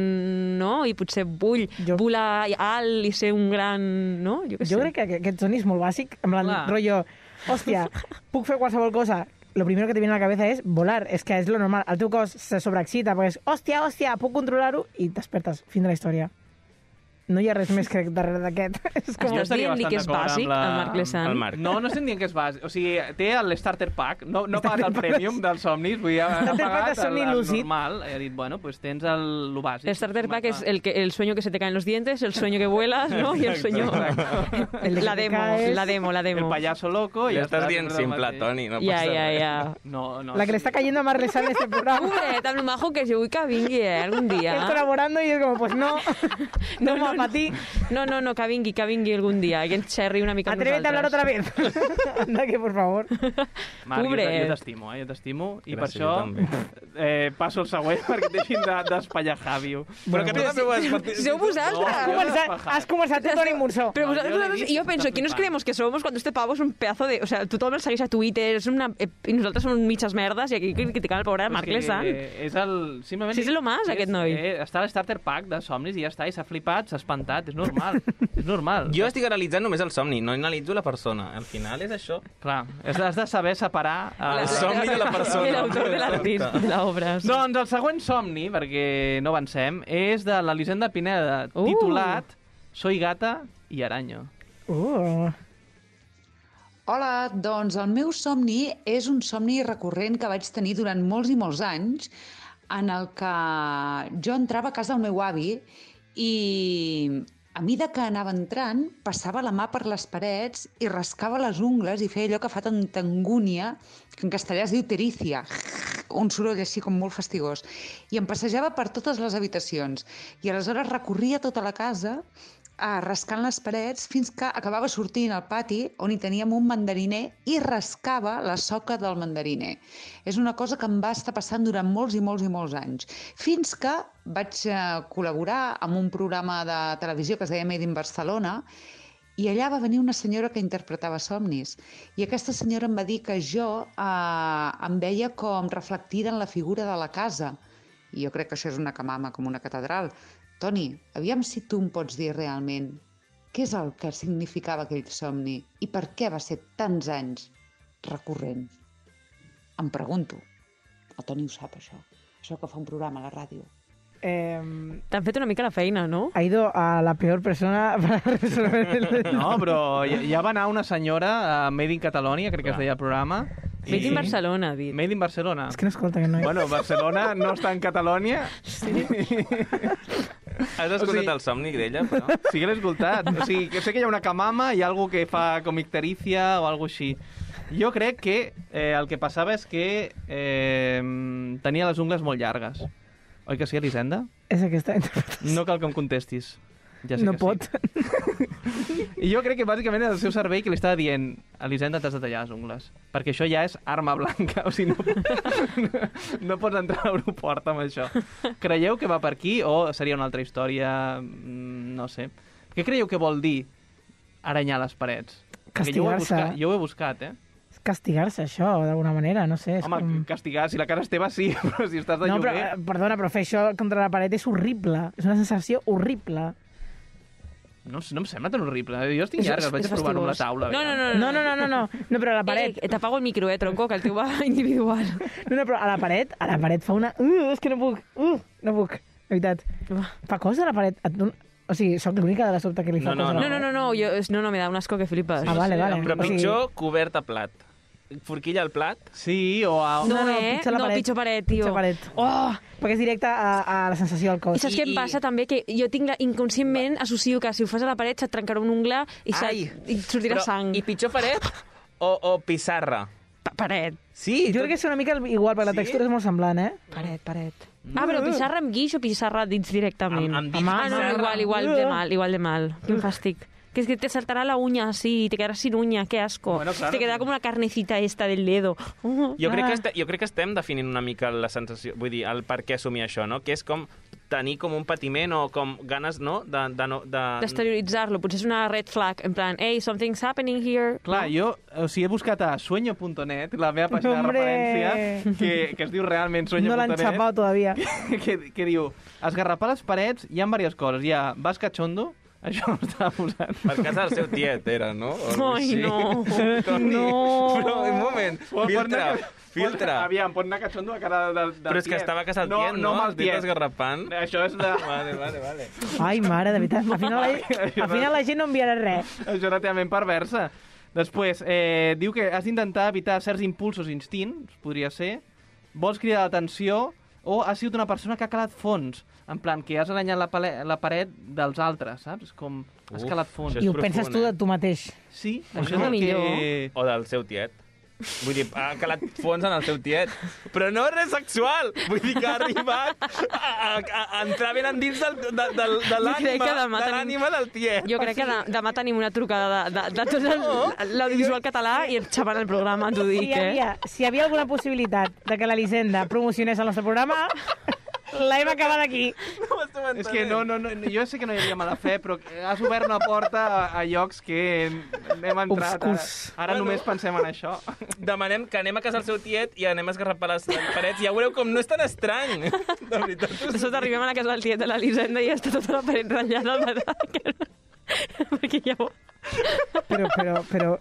no? I potser vull Jo- jo... volar alt i ser un gran... No? Jo, què Jo sé. crec que aquest soni és molt bàsic, amb el Clar. rotllo, hòstia, puc fer qualsevol cosa. Lo primero que te viene a la cabeza es volar, és que és lo normal. El teu cos se sobreexcita, perquè és, hòstia, hòstia, puc controlar-ho, i despertes. Fin de la història. No hi ha res més, crec, darrere d'aquest. (laughs) És com... Jo Estàs estaria bastant dient-li que és d'acord amb bàsic, la- el Marc Lessant? el Marc. No, no estem dient que és bàsic. O sigui, té el Starter Pack, no, no ha pagat el Premium dels somnis, vull dir, ha ha Starter Pack pagat de somni el, el lúcid. normal. Ha dit, bueno, pues tens el, lo bàsic. El starter pack es Va. el, que, el sueño que se te caen los dientes, el sueño que vuelas, ¿no? Y el sueño... El de que La te demo, caes. la demo, la El demo. payaso loco... Li i estàs estarà dient sempre el simple, mateix. Toni, no Ja, passa ja, ¿eh? res. ja. No, no. La que le está cayendo a Marlesán en este (laughs) programa. Hombre, tan majo que jo vull que vingui, eh, algun Él dia. colaborando y es como, pues no, (laughs) No, toma, no, no. pa' ti. No, no, no, que vingui, que vingui algun dia, que ens xerri una mica amb Atrévete a hablar otra nosaltres. vez. (laughs) Anda, que por (laughs) favor. Marc, jo- Pobret. jo t'estimo, eh? Jo t'estimo. I per Gràcies, això jo també. (laughs) eh, passo al següent (laughs) perquè deixin de- d'espallar Javi. Ah, Però que tu també ho has... partit- Sou No, vosaltres. Has començat- has començat tu, Toni Monzó. Pero No, yo lo vosotros, he vosotros- visto, y yo está pienso, ¿quiénes flipant. creemos que somos cuando este pavo es un pedazo de... O sea, tú todo el seguís a Twitter, es una, eh, i nosaltres som mitges merdes, i aquí critican el pobre Marc Lessant. Eh, és el... Simplement... Si és lo más, aquest noi. Eh, està a l'Starter Pack de somnis i ja està, i s'ha flipat, s'ha espantat, és (laughs) normal. és normal. Jo estic analitzant només el somni, no analitzo la persona. Al final és això. Clar, has de- has de saber separar... eh, El somni de la persona. El autor de l'artista, de l'obra. sí. Doncs el següent somni, perquè no avancem, és de l'Elisenda Pineda, Uh. titulat Soy gata i araño. Uh, Hola, doncs el meu somni és un somni recurrent que vaig tenir durant molts i molts anys en el que jo entrava a casa del meu avi i a mida que anava entrant, passava la mà per les parets i rascava les ungles i feia allò que fa tanta angúnia, que en castellà es diu tericia, un soroll així com molt fastigós. I em passejava per totes les habitacions. I aleshores recorria tota la casa eh, rascant les parets fins que acabava sortint al pati on hi teníem un mandariner i rascava la soca del mandariner. És una cosa que em va estar passant durant molts i molts i molts anys. Fins que vaig eh, col·laborar amb un programa de televisió que es deia Made in Barcelona i allà va venir una senyora que interpretava somnis. I aquesta senyora em va dir que jo eh, em veia com reflectida en la figura de la casa. I jo crec que això és una camama com una catedral. Toni, aviam si tu em pots dir realment què és el que significava aquell somni i per què va ser tants anys recurrent. Em pregunto. El Toni ho sap, això. Això que fa un programa a la ràdio. Eh, T'han fet una mica la feina, no? ha ido a la peor persona (laughs) para resolver el... No, però ja, ja va anar una senyora a Made in Catalonia, crec que es deia el programa. Sí. Vete en Barcelona, ha dit. Made in Barcelona. És que no escolta que no hi... Bueno, Barcelona no està en Catalunya. Sí. Has escoltat O sigui- el somni d'ella, però? Sí que l'he (laughs) escoltat. O sigui, que sé que hi ha una camama i algo que fa com icterícia o algo així. Jo crec que eh, el que passava és que eh, tenia les ungles molt llargues. Oi que sí, Elisenda? És aquesta interpretació. No cal que em contestis. Ja sé (laughs) no que pot. Sí. Sí. I jo crec que bàsicament era el seu cervell que li estava dient Elisenda, t'has de tallar les ungles. Perquè això ja és arma blanca. O sigui, no, (laughs) no pots entrar a l'aeroport amb això. Creieu que va per aquí o seria una altra història? Mm, No sé. Què creieu que vol dir aranyar les parets? Perquè Jo ho he Castigar-se. buscat, jo ho he buscat eh? Castigar-se, això, d'alguna manera, no sé. És Home, com... castigar, si la cara és teva, sí, (laughs) però si estàs de No, però, lloguer... eh, perdona, però fer això contra la paret és horrible. És una sensació horrible. No, no em sembla tan horrible. Jo estic És- llargues, és vaig provar-ho amb la fastigós. taula. No, aviam. no, no. No, no, no, no, no. No, però a la paret... Eh, t'apago el micro, eh, tronco, que el teu va (laughs) individual. No, no, però a la paret, a la paret fa una... Uh, és que no puc, uh, no puc. De veritat. Fa cosa a la paret. Et don... O sigui, sóc l'única de la sobte que li fa No, no, cosa. No, no, no, no, jo, és- no, no, me da un asco que flipes. Ah, vale, vale. Però O sigui, pitjor cobert a plat. Forquilla al plat? Sí, o... A... No, eh? la No, pitjor paret, tio. Pitjor paret. Oh! Perquè és directe a, a la sensació del I cos. saps què em passa, també? Que jo tinc la, inconscientment associo que si ho fas a la paret se't trencarà un ungle i, se, Ai! i et sortirà sang. I pitjor paret o, o pissarra? Pa- Paret, Sí, Jo tot- crec que és una mica igual, perquè la Sí? textura és molt semblant, eh? paret, paret. Ah, però pissarra amb guix o pissarra a dins directament? Mm. Amb- amb dits, ah, no, pissarra. Mm. igual, igual de mal, igual de mal. Quin fàstic. Que és que te saltarà la uña así y te quedarás sin uña, qué asco. Bueno, claro. Te quedará como una carnecita esta del dedo. Uh, Jo crec, ah. que este, jo crec que estem definint una mica la sensació, vull dir, el per què assumir això, no? Que és com tenir com un patiment o com ganes, no?, de... de, no, de... D'exterioritzar-lo, potser és una red flag, en plan, hey, something's happening here. Clar, jo o sigui, he buscat a sueño.net, la meva pàgina Hombre! de referència, que, que es diu realment No l'han sueño.net, xapat todavía. (laughs) que, que diu, esgarrapar les parets, hi ha diverses coses. Hi ha vas cachondo, (laughs) això ho estava posant. Per casa del seu tiet era, no? O Ai, no. Toni, No. Però, un moment, Pot- pot filtra, anar- filtra. Pot, aviam, pot anar cachondo a cara del, del Però és que tiet. estava a casa del no, tiet, no? No, amb el Els dits tiet. esgarrapant. Això és la... Vale, vale, vale. Ai, mare, de veritat. Al (laughs) final, la, al final la gent no enviarà res. Això era teament perversa. Després, eh, diu que has d'intentar evitar certs impulsos instints, podria ser, vols cridar l'atenció o has sigut una persona que ha calat fons. En plan, que has aranyat la, pale- la paret dels altres, saps? És Com has Uf, calat fons. això I ho profund, penses tu eh? de tu mateix. Sí, Bueno, això és el que... millor. O del seu tiet. Vull dir, ha calat fons en el seu tiet. Però no res sexual! Vull dir que ha arribat a, a, a a entrar ben endins del, de, de, de Jo crec l'ànima que demà de tenim- l'ànima del tiet. Jo crec que de, demà tenim una trucada de, de, de tot el- l'audiovisual català i et xapen el programa, t'ho Si hi, dic, eh? havia, si hi havia alguna possibilitat de que l'Elisenda promocionés el nostre programa, (laughs) la hem acabat aquí. És que no, no, no, jo sé que no hi havia mala fe, però has obert una porta a, a llocs que hem entrat. Ara, Obscurs. ara només pensem en això. Demanem que anem a casa del seu tiet i anem a esgarrapar les les parets. Ja veureu com no és tan estrany. De veritat. De sota arribem a la casa del tiet de l'Elisenda i està tota la paret ratllada. Perquè, (laughs) perquè ja... ho- Però, però, però,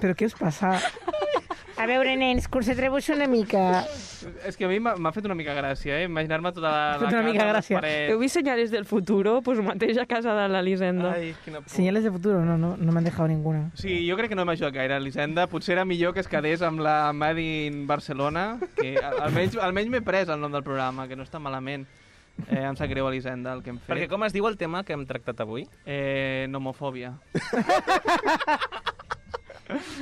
però què us passa? A veure, nens, concentreu-vos una mica. És que a mi m'ha m'ha fet una mica gràcia, eh? Imaginar-me tota la, fet la una casa, mica gràcia. les Eh. parets... Heu vist senyales del futuro? Pues mateix a casa de l'Elisenda. Ai, quina por. Señales de futuro, no, no, no me han dejado ninguna. Sí, jo crec que no hem ajudat gaire, Elisenda. Potser era millor que es quedés amb la Made in Barcelona, que al- almenys, almenys m'he pres el nom del programa, que no està malament. Eh, em sap greu, Elisenda, el que hem fet. Perquè com es diu el tema que hem tractat avui? Eh, nomofòbia.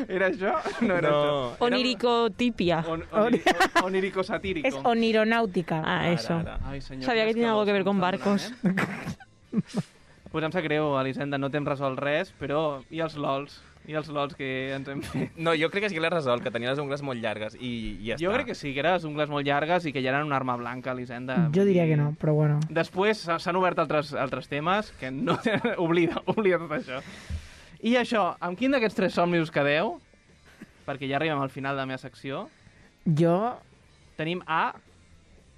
era això? No era No. això. Oniricotipia. On, oniri- on, onirico satírico. Es onironáutica. Ah, eso. Ai, senyor, Sabia que quines tenia calors algo que ver em con fan barcos. donar, Eh? (laughs) Pues em sap greu, Elisenda, no t'hem resolt res, però i els lols? I els lols que ens hem fet? No, jo crec que sí que l'he resolt, que tenia les ungles molt llargues i, i ja Jo està. crec que sí, que eren ungles molt llargues i que ja eren una arma blanca, Elisenda. Ah, Yo diría que no, pero bueno. Després s'ha- s'han obert altres, altres temes que no... (laughs) oblida, oblida tot això. I això, amb quin d'aquests tres somnis us quedeu? Perquè ja arribem al final de la meva secció. Yo, Tenim A,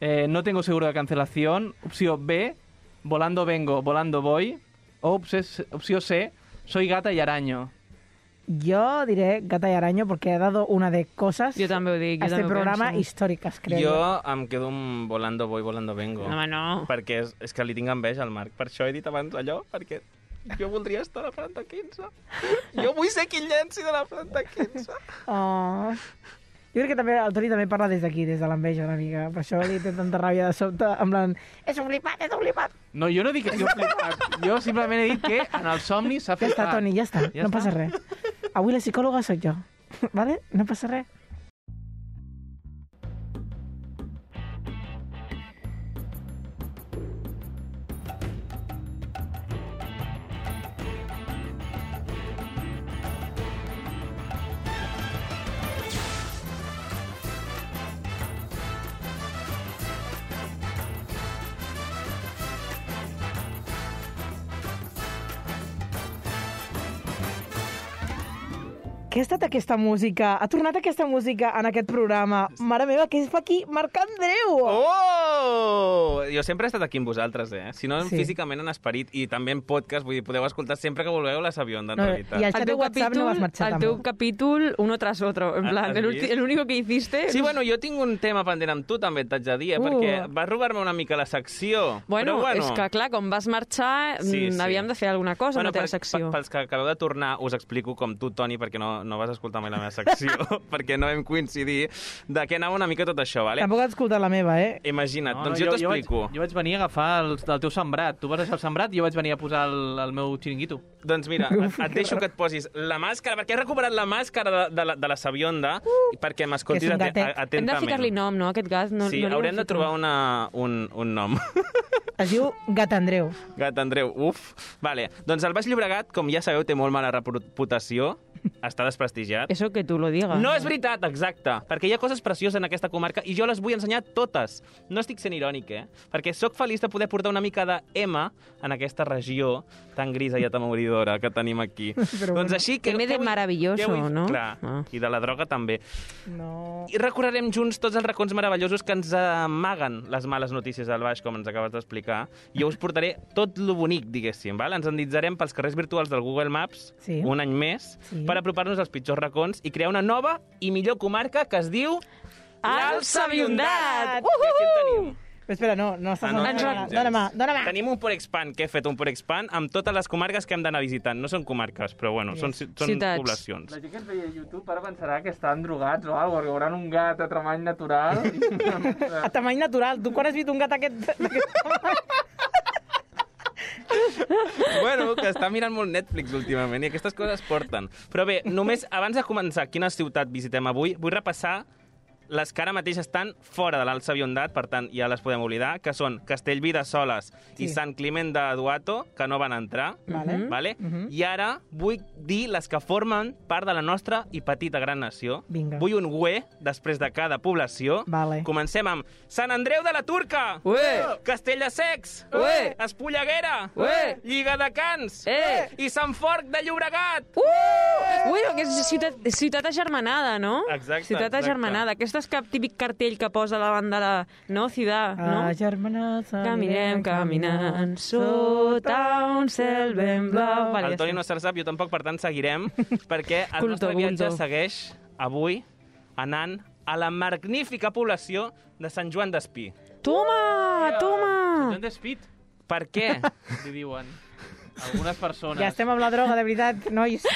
eh, no tengo seguro de cancelación. Opció B, volando vengo, volando voy. O opció- opció C, soy gata y araño. yo diré Gata y Araño porque he dado una de cosas Jo també ho dic. a Jo este també ho programa penso. históricas, creo. Jo em quedo amb Volando voy, Volando vengo. Home, no. Perquè és, és que li tinc enveja al Marc. Per això he dit abans allò, perquè jo voldria estar a la planta 15. Jo vull ser qui llenci de la planta 15. Oh. Jo crec que també el Toni també parla des d'aquí, des de l'enveja una mica. Per això li té tanta ràbia de sobte, en plan, és un flipat, és un flipat. No, jo no dic que sigui un flipat. Jo simplement he dit que en el somni s'ha Ja fet... està, la- Toni, ja està. Ja no està. passa res. Avui la psicòloga sóc jo. (laughs) Vale? No passa res. Què ha estat aquesta música? Ha tornat aquesta música en aquest programa. Mare meva, què fa aquí? Marc Andreu! Oh! Jo sempre he estat aquí amb vosaltres, eh? Si no, Sí. sí. físicament en esperit i també en podcast. Vull dir, podeu escoltar sempre que vulgueu la Sabionda, en No, realitat. i el xat de WhatsApp no vas marxar, el tampoc. teu capítol, uno tras otro. En Ah, plan, has el vist? ulti- el único que hiciste... Sí, bueno, jo tinc un tema pendent amb tu, també t'haig de dir, eh? Uh. perquè vas robar-me una mica la secció. Bueno, però bueno. és que clar, com vas marxar, sí, Sí, sí. sí. havíem de fer alguna cosa bueno, amb la teva per- secció. pe- Pels que acabeu de tornar, us explico com tu, Toni, perquè no, no vas escoltar mai la meva (laughs) secció, (laughs) perquè no vam coincidir de què anava una mica tot això, vale? Tampoc has escoltat la meva, eh? Imagina't, doncs jo, t'explico. Vaig, jo vaig venir a agafar el, el teu sembrat. Tu vas deixar el sembrat i jo vaig venir a posar el, el meu xiringuito. Doncs (laughs) mira, et, et deixo que et posis la màscara, perquè he recuperat la màscara de, de, la, de la Sabionda, uh, perquè m'escoltis Que és un aten- gatet. a- Hem atentament. de ficar-li nom, no, a aquest gas? No, sí, no li haurem de ficar. trobar una, un, un nom. (laughs) Es diu Gat Andreu. Gat Andreu, uf. Vale, doncs el Baix Llobregat, com ja sabeu, té molt mala reputació, està desprestigiat. Eso que tú lo digas. No és veritat, exacte, perquè hi ha coses precioses en aquesta comarca i jo les vull ensenyar totes. No estic sent irònic, eh? Perquè sóc feliç de poder portar una mica de M en aquesta regió tan grisa i atemoridora que tenim (laughs) aquí. Però doncs bueno. així... Que, M de què vull- maravilloso, què vull- no? Clar, Ah. i de la droga també. No. I recorrerem junts tots els racons meravellosos que ens amaguen les males notícies del baix, com ens acabes d'explicar. Jo us portaré tot lo bonic, diguéssim. Val? Ens endinsarem pels carrers virtuals del Google Maps Sí. un any més Sí. per apropar-nos als pitjors racons i crear una nova i millor comarca que es diu... Alça Viundat! Uh, I aquí el tenim. Però espera, no, no estàs... Ah, no, dona, no, dona, no. dona mà, dona mà. Tenim un Porexpan, que he fet un Porexpan amb totes les comarques que hem d'anar visitant. No són comarques, però bueno, són, ci- són Ciutats. poblacions. gent que ens veia a YouTube ara pensarà que estan drogats o alguna cosa, que veuran un gat a tramany natural. A tamany natural. Tu quan has vist un gat aquest... d'aquest tamany? bueno, que està mirant molt Netflix últimament i aquestes coses porten. Però bé, només abans de començar quina ciutat visitem avui, vull repassar les que ara mateix estan fora de l'Alça Biondat, per tant, ja les podem oblidar, que són Castellví de Soles sí. i Sí. Sant Climent de Duato, que no van entrar. Vale. Vale? Mhm. I ara vull dir les que formen part de la nostra i petita gran nació. Vinga. Vull un UE després de cada població. Vale. Comencem amb Sant Andreu de la Turca! Ué! Castelldefels, Ué! Espolleguera, Ué! Lliga de Cans Eh! i Sant Forc de Llobregat. Uh! Bueno, que és ciutat, ciutat agermanada, no? Exacte, Ciutat exacte. agermanada. Aquest és cap típic cartell que posa davant de la... No, ciutat, no? Ah, germanats, Caminem caminant sota un cel ben blau. Vale, el ja Toni està. (laughs) no se'l sap, jo tampoc, per tant seguirem, perquè el nostre Culto, viatge culto. segueix avui anant a la magnífica població de Sant Joan d'Espí. Ah, Toma, Sant toma! Joan Despit, Per (laughs) què? li diuen. Algunes persones. Ja estem amb la droga, de veritat, nois.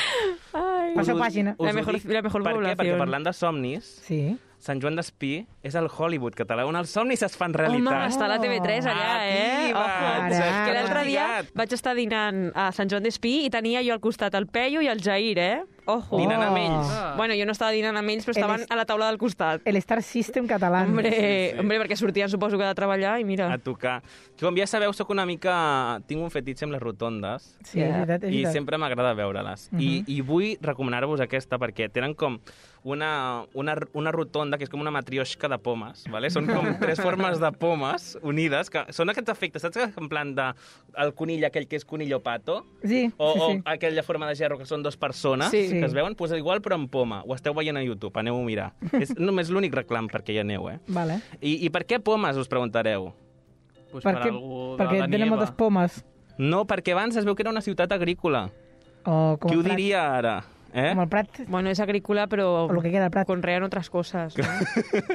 Ai. Passeu Us ho- pàgina. us La ho mejor- dic la mejor per Què? població. Perquè parlant de somnis, Sí. Sant Joan d'Espí és el Hollywood català, on els somnis es fan realitat. Home, està la TV3 allà, Ah, eh? ens piva, Ojo, has que l'altre dia castigat. vaig estar dinant a Sant Joan d'Espí i tenia jo al costat el Peyu i el Jair, eh? Ojo. Dinant Oh. amb ells. Ah. Bueno, jo no estava dinant amb ells, però Ell estaven és- a la taula del costat. El Star System català. Hombre, sí. hombre, perquè sortien, suposo que de treballar, i mira... a tocar. Com ja sabeu, sóc una mica... Tinc un fetitxe amb les rotondes Sí, és veritat, és i veritat. Mhm. sempre m'agrada veure-les. Uh -huh. I, I vull recomanar-vos aquesta perquè tenen com una, una, una rotonda que és com una matrioshka de pomes, vale? són (laughs) com tres formes de pomes unides, que són aquests efectes, saps? que En plan de el conill aquell que és conill o pato, Sí, Oh, o, sí, sí. ah. o aquella forma de gerro que són dues persones Sí. que es Sí. veuen, pues igual però en poma. Ho esteu veient a YouTube, aneu a (laughs) mirar. és només l'únic reclam perquè hi aneu, eh? Vale. I, I per què pomes, us preguntareu? Pues per, Perquè, algú de perquè la tenen nieva. moltes pomes. No, perquè abans es veu que era una ciutat agrícola. O com Qui el ho Prat. diria ara? Eh? Com el Prat, Bueno, és agrícola, o però el que queda del Prat. conreen altres coses. (laughs) No?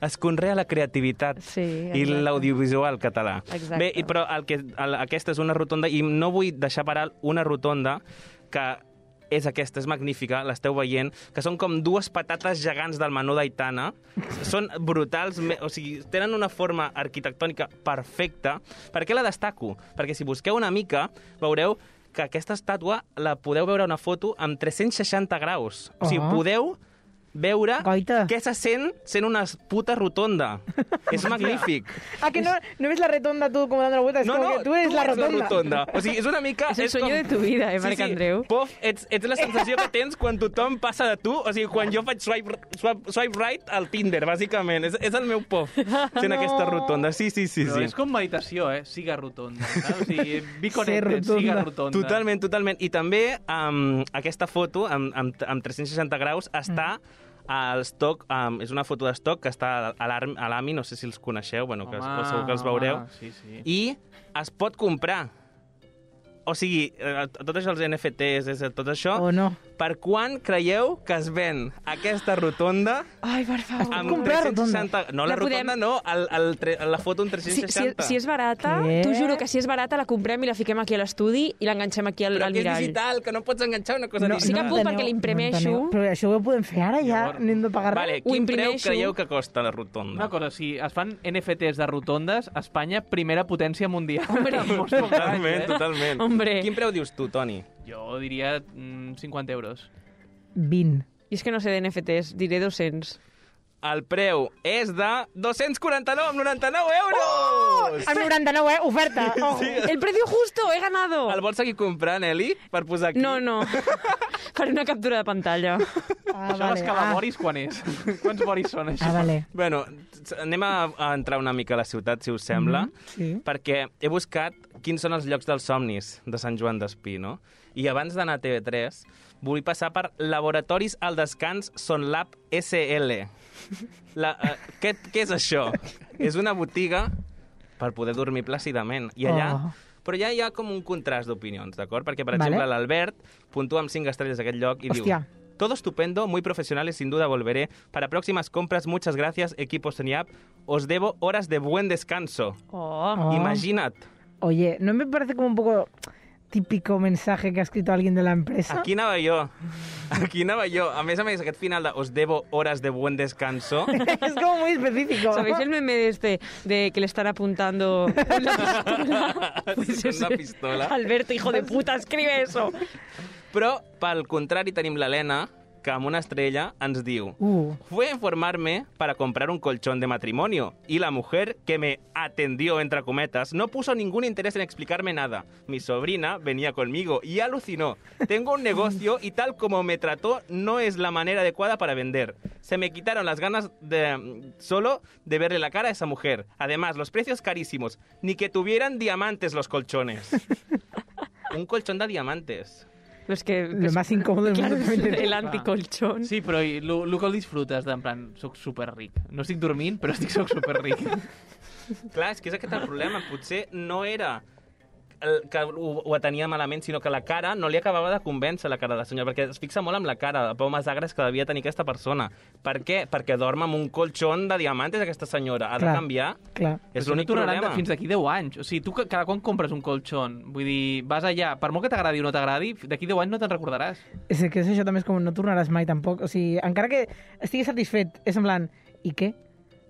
Es conrea la creativitat Sí, i exacte. l'audiovisual català. Exacte. Bé, i, però el que, el, aquesta és una rotonda, i no vull deixar parar una rotonda que és aquesta, és magnífica, l'esteu veient, que són com dues patates gegants del menú (laughs) d'Aitana. Són brutals, me- o sigui, tenen una forma arquitectònica perfecta. Per què la destaco? Perquè si busqueu una mica, veureu que aquesta estàtua la podeu veure una foto amb 360 graus. O Oh. sigui, Ah. podeu veure Goita. què se sent sent una puta (laughs) rotonda. és magnífic. Ah, que no, no ves la rotonda tu com dando la vuelta, és No, com no, que tu eres la rotonda. rotonda. O sigui, és una mica... És el sueño de tu vida, eh, Marc Andreu? Pof, ets, ets la sensació que tens quan tothom passa de tu. O sigui, quan jo faig swipe, swipe, swipe right al Tinder, bàsicament. És, és el meu pof, (laughs) sent no. aquesta rotonda. Sí, sí, sí. Però sí. és com meditació, eh? Siga (laughs) rotonda, saps? O sigui, be Ser connected, rotonda. siga rotonda. Totalment, totalment. I també um, aquesta foto, amb, amb, amb 360 graus, està Mm. al stock, um, és una foto d'estoc que està a l'Arm- a l'AMI, no sé si els coneixeu, bueno, que Home, segur que els veureu, home, sí, sí. i es pot comprar. O sigui, eh, tot això, els NFTs, és- tot això, O no. per quan creieu que es ven aquesta rotonda Ai, per favor. amb comprar la 360... No, la, La podem- rotonda no, el, el, tre- la foto amb Si, 360. si, si és barata, Què? t'ho juro que si és barata la comprem i la fiquem aquí a l'estudi i l'enganxem aquí al, Però al que és mirall. digital, que no pots enganxar una cosa Sí que digital. puc, enteneu, perquè l'imprimeixo. enteneu. Però això ho podem fer ara, ja. Llavors- N'hem de pagar res. Vale, Ho quin preu imprimeixo. creieu que costa la rotonda? Una cosa, si es fan NFTs de rotondes, Espanya, primera potència mundial. Hombre. (laughs) Amb molts companys, Totalment, eh? totalment. Hombre. Quin preu dius tu, Toni? Jo diria mm, 50 euros. 20. I és que no sé de NFTs, diré 200. El preu és de 249,99 euros! Amb 99, eh? Oferta. Oh. El precio justo, he ganado. El vols seguir comprant, Eli, per posar aquí? Oh! No, (laughs) no. Faré una captura de pantalla. Ah, això vale, l'escala ah. Boris quan (laughs) és? Quants Boris són, això? Ah, vale. Bueno, s- anem a, a entrar una mica a la ciutat, si us sembla, mm -hmm, sí. perquè he buscat quins són els llocs dels somnis de Sant Joan d'Espí, no? I abans d'anar a TV3, vull passar per Laboratoris al Descans Son Lab SL. La, uh, què, què és això? és una botiga per poder dormir plàcidament. I allà... Oh. Oh. Però ja hi ha com un contrast d'opinions, d'acord? Perquè, per Vale. exemple, l'Albert puntua amb 5 estrelles aquest lloc y digo, Hostia. Todo estupendo, muy profesionales, sin duda volveré. Para próximas compras, muchas gracias, equipo SoniApp. Os debo horas de buen descanso. Oh. Oh. Imaginad. Oye, ¿no me parece como un poco típico mensaje que ha escrito alguien de la empresa? Aquí anava jo. Aquí anava jo. A més a més, aquest final de os debo horas de buen descanso (laughs) (laughs) es como muy específico. ¿Sabéis el meme de este de que le están apuntando (laughs) con la (laughs) pistola? Pues con una ese. pistola. Alberto, hijo de puta, escribe eso. Però, pel contrari, tenim l'Helena, que amb una estrella ens diu Uh. Fue a informarme para comprar un colchón de matrimonio y la mujer que me atendió, entre cometas, no puso ningún interés en explicarme nada. Mi sobrina venía conmigo y alucinó. Tengo un negocio y tal como me trató no es la manera adecuada para vender. Se me quitaron las ganas de solo de verle la cara a esa mujer. Además, los precios carísimos. Ni que tuvieran diamantes los colchones. un colchón de diamantes. Los que Lo más incómodo del (laughs) Claro, mundo. también. el anticolchón. Sí, però i lo, lo que el disfrutes, en plan, soc superric. No estic dormint, (laughs) però estic soc superric. Clar, és que és aquest el problema. Potser no era el, que ho, ho tenia malament, sinó que la cara no li acabava de convèncer, la cara de la senyora, perquè es fixa molt amb la cara de Pau Masagres que devia tenir aquesta persona. Per què? Perquè dorm amb un colxón de diamantes, aquesta senyora. Ha de Clar. canviar. Clar. Però És si no l'únic tornaran problema. de- Fins d'aquí 10 anys. O sigui, tu ca- cada quan compres un colxon, vull dir, vas allà, per molt que t'agradi o no t'agradi, d'aquí 10 anys no te'n recordaràs. És que és això també és com no tornaràs mai tampoc. O sigui, encara que estigui satisfet, és en plan, i què?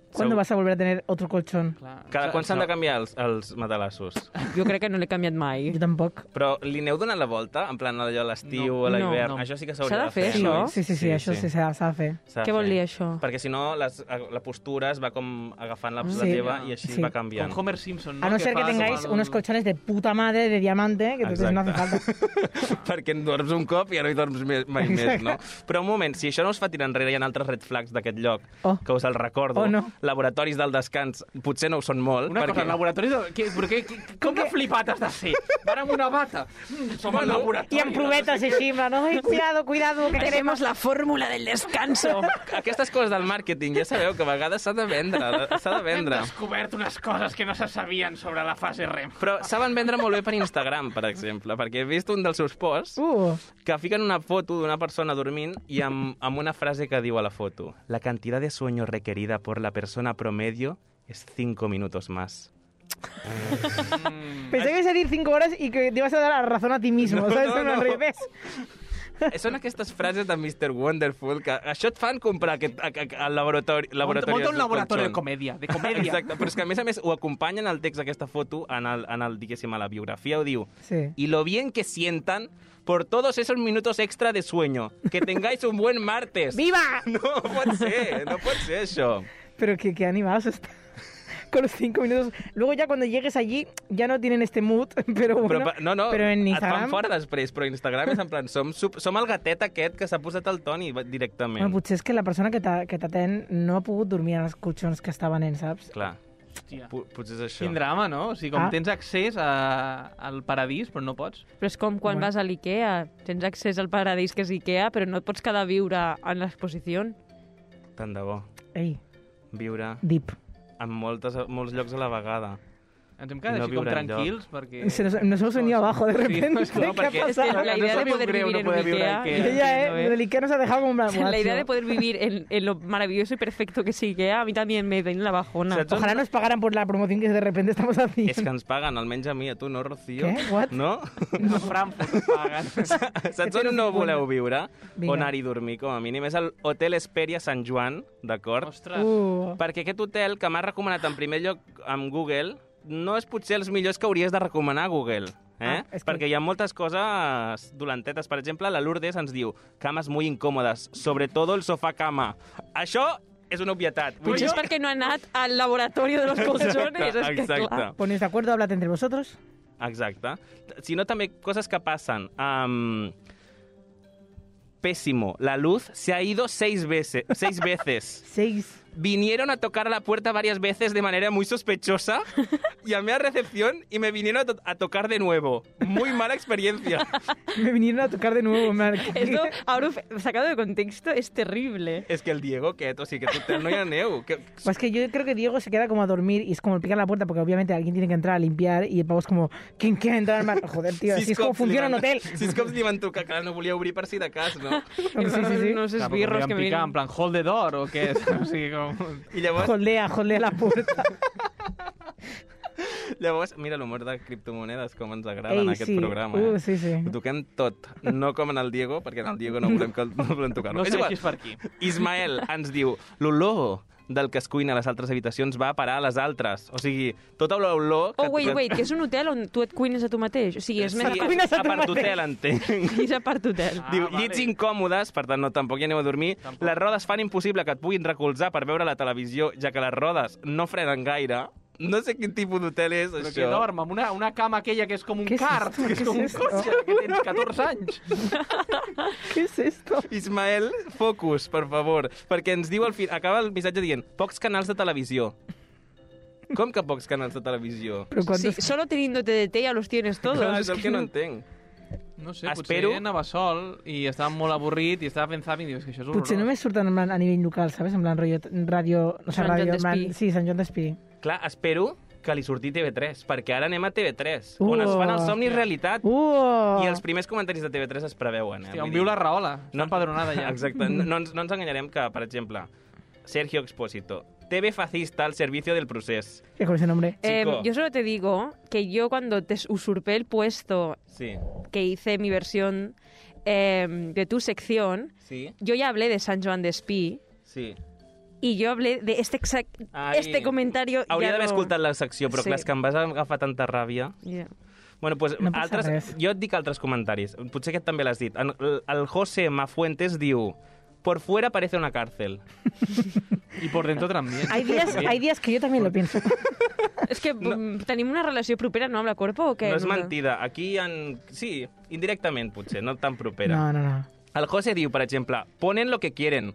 ¿Cuándo Segur. vas a volver a tener otro colchón? Clar. Cada quan s'han no. de canviar els, els matalassos? Jo crec que no l'he canviat mai. Jo tampoc. Però li aneu donant la volta, en plan allò a l'estiu, No. a l'hivern? No, no. Això sí que S'ha s'hauria de de fer, fer, això? ¿Eh? no? Sí, sí, sí, sí això sí, s'ha s'ha de fer. S'ha de Què vol fer. dir, això? Perquè si no, les, la postura es va com agafant la, la Sí. teva i així Sí. va Com canviant. Homer Simpson, no? A no Que ser que fa tengáis com el- unos colchones de puta madre de diamante, que entonces no hace falta. (laughs) Perquè en dorms un cop i ja no hi dorms més, mai més, no? Però un moment, si això no us fa tirar enrere, hi ha altres red flags d'aquest lloc, Oh. que us el recordo. Oh, no. Laboratoris del descans potser no ho són (laughs) molt, Una cosa, perquè... el laboratori... De... Què, però què, què- com de flipat has de ser? Van amb una bata. Mm, som al laboratori. I amb provetes així, en plan, oi, cuidado, cuidado, que queremos... la fórmula del descanso. Aquestes coses del màrqueting, ja sabeu que a vegades s'ha de vendre, s'ha de vendre. descobert unes coses que no se sabien sobre la fase REM. Però saben vendre molt bé per Instagram, per exemple, perquè he vist un dels seus posts Uh, que fiquen una foto d'una persona dormint i amb, amb una frase que diu a la foto. La cantidad de sueño requerida por la persona promedio es 5 minutos más. pensé que ibas a decir 5 horas y que te ibas a dar la razón a ti mismo, No, ¿sabes? no, No, no. no, revés. Són aquestes frases de Mr. Wonderful que això et fan comprar aquest, a, a, al laboratori. laboratori Monta un del laboratori de colchón. comèdia, de comèdia. Exacte, però és que a més a més ho acompanyen el text d'aquesta foto en el, en el, diguéssim, a la biografia, ho diu Sí. y lo bien que sientan por todos esos minutos extra de sueño. Que tengáis un buen martes. ¡Viva! (laughs) No pot ser, no pot ser això. Pero que, que animados está. (laughs) Con los cinco minutos. Luego ya cuando llegues allí, ya no tienen este mood, (laughs) pero bueno. Però, pa- no, no, pero en et fan Instagram... fora després, però Instagram és en plan, som, sup- som el gatet aquest que s'ha posat el Toni va- directament. Bueno, potser és que la persona que t'a- que t'atén no ha pogut dormir en els colxons que estaven en, saps? Clar, Hòstia. po- potser és això. Quin drama, no? O sigui, com Ah. ah. tens accés a, al paradís, però no pots. Però és com quan Bueno. vas a l'IKEA. Tens accés al paradís que és IKEA, però no et pots quedar a viure en l'exposició. Tant de bo Ei, viure deep. en moltes, molts llocs a la vegada. Ens hem quedat No no així com viure tranquils, perquè... Se nos, nos hemos venido abajo de repente. Sí, no, ¿Qué ha perquè- Es que pasado? la Nos idea de sabía poder un greu vivir no en un poder viure (laughs) IKEA... en Ella, Ikea. entiendo, eh, lo del Ikea nos ha dejado como... O sea, La idea de poder vivir en, en lo maravilloso y perfecto que es IKEA, a mí también me da la bajona. Saps on- Ojalá nos pagaran por la promoción que de repente estamos haciendo. És que ens paguen, almenys a mi, a tu, no, Rocío? Què? What? No? (laughs) A Frankfurt et paguen. Saps on no voleu viure? Vinga. Vinga. On anar-hi a dormir, com a mínim. És el Hotel Esperia Sant Joan, d'acord? Ostres. Uh. Perquè aquest hotel que m'ha recomanat en primer lloc amb Google no és potser els millors que hauries de recomanar a Google. Eh? Ah, és que- Perquè hi ha moltes coses dolentetes. Per exemple, la Lourdes ens diu cames muy incòmodes, sobretot el sofà cama. Això és una obvietat. Vull Potser dir- (laughs) és perquè no ha anat al laboratorio de los colchones. És que, clar, Exacte. Ponéis de Pues acuerdo, hablad entre vosotros. Exacte. Si no, també coses que passen. Um, pésimo. La luz se ha ido seis veces. Seis veces. (laughs) Seis. vinieron a tocar a la puerta varias veces de manera (laughs) muy sospechosa. Llamé a recepción y me vinieron a, to- a tocar de nuevo. Muy (laughs) mala experiencia. Me vinieron a tocar de nuevo, Marc. esto, ahora sacado de contexto, es terrible. es que el Diego, que o sigui, que total no hi ha neu. Que, (laughs) Pues que yo creo que Diego se queda como a dormir y es como el picar la puerta porque obviamente alguien tiene que entrar a limpiar y el pavo es como, ¿quién quiere entrar más? Joder, tío, así es como cops li funciona un van- (laughs) hotel. Sis cops li van tocar, clar, no volia obrir per si de (laughs) cas, no? Sí, sí, sí. Unos Clar, però com li esbirros van que me picar, vienen... en plan, hold the door, o què? O sigui, com... I llavors, Jolea, jolea la puerta. llavors mira l'humor de criptomonedes, com ens agrada en Ei, aquest sí. programa. Uh, Eh? sí, sí. Ho toquem tot, no com en el Diego, perquè en el Diego no volem, que, no volem tocar-ho. No És sé igual. qui és (laughs) per aquí. Ismael ens diu, l'olor del que es cuina a les altres habitacions va a parar a les altres. O sigui, tota l'olor... que- Oh, wait, que- wait, que és un hotel on tu et cuines a tu mateix. O sigui, és més Sí, fàcil cuines a a tu part mateix. d'hotel, entenc. que és a part hotel. Ah, eh, Diu, vale. llits incòmodes, per tant, no, tampoc hi aneu a dormir. Tampoc. Les rodes fan impossible que et puguin recolzar per veure la televisió, ja que les rodes no frenen gaire. No sé quin tipus d'hotel és, Però que això. dorm amb una, una cama aquella que és com un Què és kart, esto? que és Què com un és esto? cotxe, que tens 14 anys. ¿Qué es esto? Ismael, focus, per favor, perquè ens diu al fi... Acaba el missatge dient pocs canals de televisió. Com que pocs canals de televisió? Pero Sí, cuántos... solo teniendo TDT ya los tienes todos. Clar, és el que no entenc. No sé, Espero- potser anava sol i estava molt avorrit i estava fent zapping i dius que això és horrorós. Potser només surten en plan a nivell local, ¿sabes? En plan rollo, radio... O sea, Sant Joan radio, Despí. man... Sí, Sant Joan d'Espí. Clar, espero que li sortí TV3, perquè ara anem a TV3, Uh. on es fan els somnis realitat. Uh! I els primers comentaris de TV3 es preveuen. Eh? Hòstia, on Vull viu dir- la Rahola? No empadronada ja. (laughs) Exacte. No, no, ens, no ens enganyarem que, per exemple, Sergio Expósito, TV fascista al servicio del procés. Ya con ese nombre. Eh, Chico. yo solo te digo que yo cuando te usurpé el puesto Sí, que hice mi versión eh, de tu sección, sí, yo ya hablé de San Joan de Espí sí. y yo hablé de este exact- Ai. este Eh, comentario. Hauria ya d'haver no- escoltat la secció, però Sí. sí. clar, és que em vas agafar tanta ràbia. Ya. Bueno, pues, No passa altres, res. jo et dic altres comentaris. Potser aquest també l'has dit. En- El, el José Mafuentes diu... Por fuera parece una cárcel. I por dentro también. Hay días, hay días que yo también lo pienso. (laughs) És que mm, tenim una relació propera, no, amb la Corpo, o què? no és mentida. Aquí hi ha... Sí, indirectament, potser, no tan propera. No, no, no. El José diu, per exemple, ponen lo que quieren.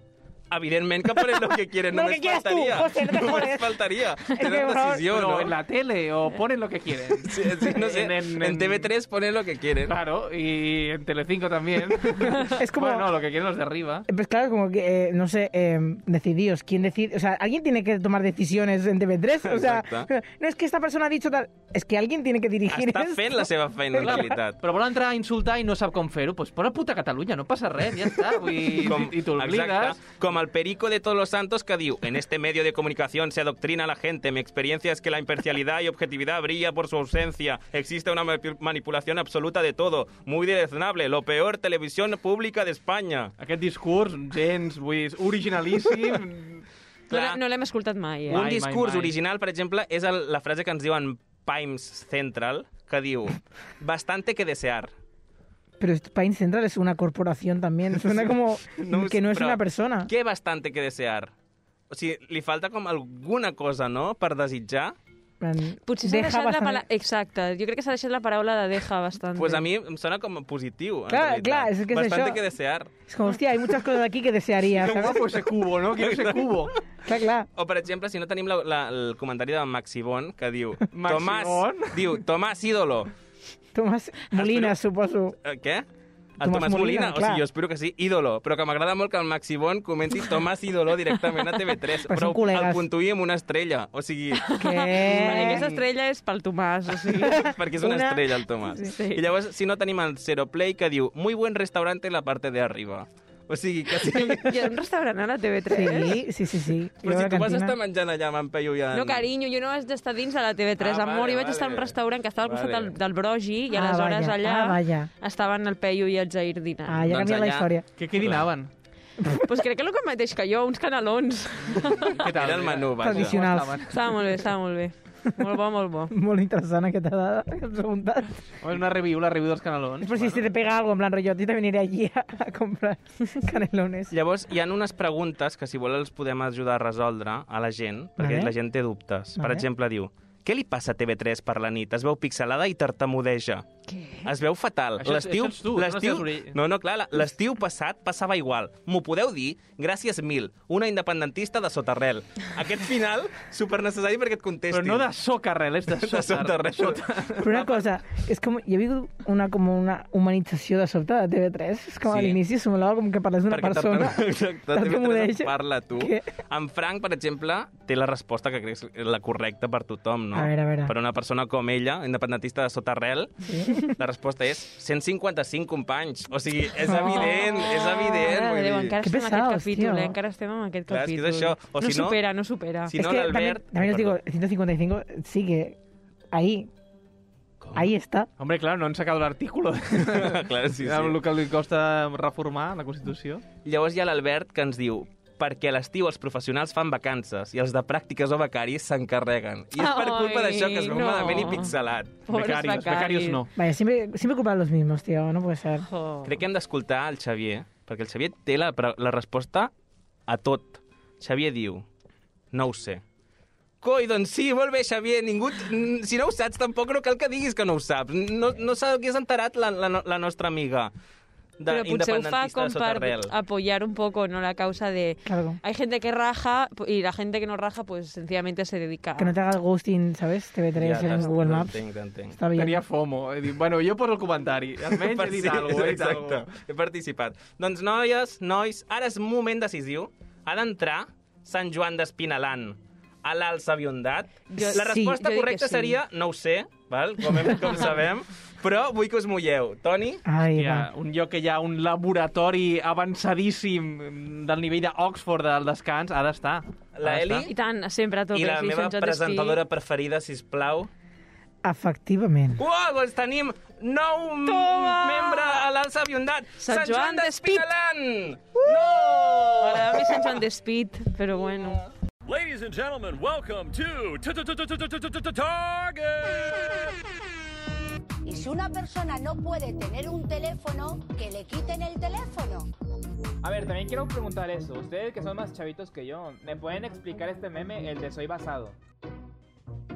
Evidentment que ponen lo que (laughs) quieren, Lo només que quieras tú, faltaria. José, no (laughs) te només jodes. faltaria. que, Tenen por favor. decisió, Pero no? en la tele o ponen lo que quieren. Sí, sí, (laughs) no sé, en, TV3 ponen lo que quieren. Claro, y en Telecinco también. (laughs) Es como- Bueno, lo que quieren los de arriba. Pues claro, como que, eh, no sé, eh, decidíos, ¿quién decide? O sea, alguien tiene que tomar decisiones en TV3. O sea, Exacte. no es que esta persona ha dicho tal, es que alguien tiene que dirigir Està esto. fent la seva feina, en realitat. Però vol entrar a insultar i no sap com fer-ho. Doncs pues posa puta Catalunya, no passa res, ja està. Vull... dir, I, i t'oblides. exacte, com el perico de todos los santos que diu En este medio de comunicación se adoctrina a la gente Mi experiencia es que la imparcialidad y objetividad brilla por su ausencia Existe una ma- manipulación absoluta de todo Muy deleznable, lo peor televisión pública de España Aquest discurs, gens, vull dir, és originalíssim. No, Clar. no l'hem escoltat mai, eh? Un Mai, mai, discurs mai. original, per exemple, és el, la frase que ens diuen Pimes Central, que diu «Bastante que desear». Pero esto- Pain Central es una corporación también. Suena como No ho que sé, no es però una persona. Què bastante que desear? O sigui, li falta com alguna cosa, no?, per desitjar. En- Potser s'ha deixat la bastant- paraula... Exacte, jo crec que s'ha deixat la paraula de deja bastant. Doncs pues a mi em sona com a positiu, en Clar, realitat. clar, és que és bastante això. que desear. Es como, hostia, hay muchas cosas aquí que desearía, Que ¿sabes? guapo ese cubo, no? Quiero ese cubo. Clar, clar. O, per exemple, si no tenim la, la, el comentari de Maxibon, que diu... Tomás, Maxibon? diu, Tomás ídolo. Tomás Ah, Molina, suposo. Eh, Què? El Tomàs Tomàs, Molina, Molina, o clar. sigui, jo espero que sí, ídolo, però que m'agrada molt que el Maxi Bon comenti Tomàs ídolo directament a TV3, Però però, són col·legues. el puntuï amb una estrella, o sigui, Perquè Que... Eh. aquesta estrella és pel Tomàs, o sigui... perquè és una, Una- estrella el Tomàs. Sí. I llavors, si no tenim el Zero Play, que diu, muy buen restaurante en la parte de arriba. O sigui, que (laughs) sí, (laughs) Hi ha un restaurant a la TV3? Sí, sí, sí, sí. I però a si la tu vas cantina. estar menjant allà amb en Peyu i en... No, carinyo, jo no vaig estar dins de la Ah, TV3, ah, amor. vale, jo vaig estar en un vale. restaurant que estava al costat Vale. del, del Brogi i Ah, aleshores vaja, allà ah, vaja. estaven el Peyu i el Jair dinant. Ah, ja Doncs canvia la allà- història. Que què dinaven? Pues crec que el que mateix que jo, uns canelons. (laughs) Què tal? Era el menú, vaja. Tradicionals. Com estaven? estava molt bé, estava molt bé. Molt bo, molt bo. Molt interessant aquesta (laughs) dada que hem preguntat. Home, Una review, la review dels canelons. És per si se te pega algo, en plan, rotllo, a ti también iré allí a, a (laughs) comprar canelones. Llavors, hi ha unes preguntes que, si vol, els podem ajudar a resoldre a la gent, perquè Vale. la gent té dubtes. Per Vale. exemple, diu... Què li passa a TV3 per la nit? Es veu pixelada i tartamudeja. Què? Es veu fatal. Això- això ets tu, no les teves orelles. No, no, clar, la- l'estiu passat passava igual. M'ho podeu dir? Gràcies mil. Una independentista de sotarrel. Aquest final, supernecessari perquè et contestin. Però no de soca arrel, és de De sota. sotarrel. Però una cosa, és com, hi ha hagut una, com una humanització de sobte de TV3. És com Sí. a l'inici semblava com que parles d'una Perquè persona. Tartan- (laughs) Exacte, Tal com ho TV3 deixa. parla tu. Què? En Frank, per exemple, té la resposta que crec que és la correcta per tothom, no? A veure, a veure. Per una persona com ella, independentista de sota arrel, la resposta és 155 companys. O sigui, és Oh. evident, és evident. Mare vull de Déu, dir. encara Que estem en pesaos, aquest capítol, tio. eh? Encara estem en aquest Clar, és que és capítol. això. O no si no- supera, no supera. Si no, es que también, l'Albert... también os digo, 155, sigue ahí. Ahí está. Hombre, claro, no han sacado l'artículo. Perdó. (laughs) Clar, sí, Sí, sí. sí. El que li costa (laughs) reformar la Constitució. Llavors hi ha l'Albert que ens diu perquè a l'estiu els professionals fan vacances i els de pràctiques o becaris s'encarreguen. I és per culpa Ai, d'això que es veu no. malament i pixelat. (laughs) Pobres becarios, becarios no. Vaya, siempre, siempre culpan a los mismos, tío. No puede ser. Oh. Crec que hem d'escoltar el Xavier, perquè el Xavier té la, pre- la resposta a tot. Xavier diu, no ho sé. Coi, doncs sí, molt bé, Xavier. Ningú, n- si no ho saps, tampoc no cal que diguis que no ho saps. No, no s'hagués enterat la, la, no- la nostra amiga de, Però potser ho fa independentista com de per Sotarrel. apoyar un poco ¿no? la causa de... Claro. Hay gente que raja y la gente que no raja pues sencillamente se dedica. Que no te haga el ghosting, ¿sabes? TV3 en Google Maps. T'entenc, t'entenc. Está bien. Tenia fomo. He dit, bueno, jo poso el comentari. Almenys he dit alguna cosa. exacte. He participat. Doncs, noies, nois, ara és moment decisiu. Ha d'entrar Sant Joan d'Espinalant. a l'alçaviondat? Jo- La sí, resposta jo dic correcta que sí. seria, no ho sé, val? Com, hem, (laughs) com sabem, però vull que us mulleu. Toni? Ai, Hi ha va. un lloc que hi ha un laboratori avançadíssim del nivell d'Oxford del descans, ha d'estar. Ha La d'estar. Eli? I tant, sempre a I tope. la sí, meva Sean John Despí. presentadora preferida, si plau. Efectivament. Uau, doncs tenim nou m- membre a l'alçaviondat. Sant Sant Joan Joan d'Espí. d'Espinalant! M'agradava més Sant Joan Despit, però bueno. Ladies and gentlemen, welcome to Target. Y si una persona no puede tener un teléfono, que le quiten el teléfono. A ver, también quiero preguntar eso. Ustedes que son más chavitos que yo, ¿me pueden explicar este meme, el de soy basado?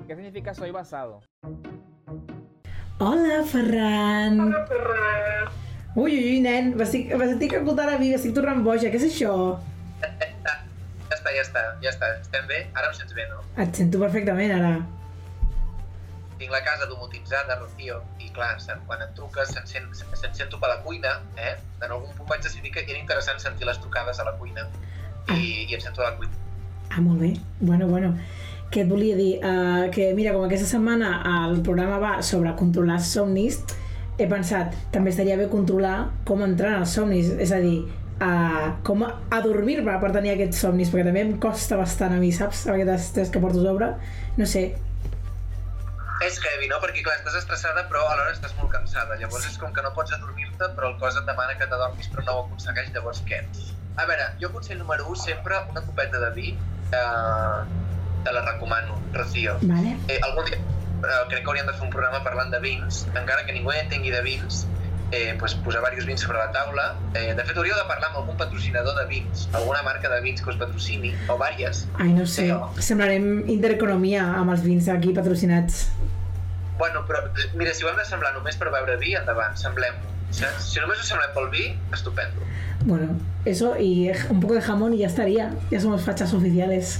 ¿Qué significa soy basado? Hola, Ferran. Hola, Ferran. Ui, ui, ui, nen, m'estic m'estic escoltant a mi, m'estic tornant boja, què és això? Ja està, ja està, ja està. Estem bé? Ara em sents bé, no? Et sento perfectament, ara. Tinc la casa domotitzada, Rocío, i clar, se- quan em truques se'n sent, se'n sento per la cuina, eh? En algun punt vaig decidir que era interessant sentir les trucades a la cuina i, i em sento a la cuina. Ah, molt bé. Bueno, bueno. Què et volia dir? Uh, que mira, com aquesta setmana el programa va sobre controlar els somnis, he pensat, també estaria bé controlar com entrar en els somnis, és a dir, uh, com adormir-me per tenir aquests somnis, perquè també em costa bastant a mi, saps? Amb aquestes tres que porto a sobre. No sé, És heavy, no? Perquè, clar, estàs estressada, però alhora estàs molt cansada. Llavors és com que no pots adormir-te, però el cos et demana que t'adormis, però no ho aconsegueix, llavors què? A veure, jo consell número 1, sempre una copeta de vi, eh, te la recomano, Rocío. vale? Eh, algun dia eh, crec que hauríem de fer un programa parlant de vins, encara que ningú entengui de vins, eh, pues, posar diversos vins sobre la taula. Eh, de fet, hauríeu de parlar amb algun patrocinador de vins, alguna marca de vins que us patrocini, o vàries. Ai, no ho sé, semblarem intereconomia amb els vins aquí patrocinats. Bueno, però eh, mira, si ho hem de semblar només per beure vi, endavant, semblem-ho. Saps? Si només us semblem pel vi, estupendo. Bueno, eso y un poco de jamón y ya estaría. Ya somos fachas oficiales.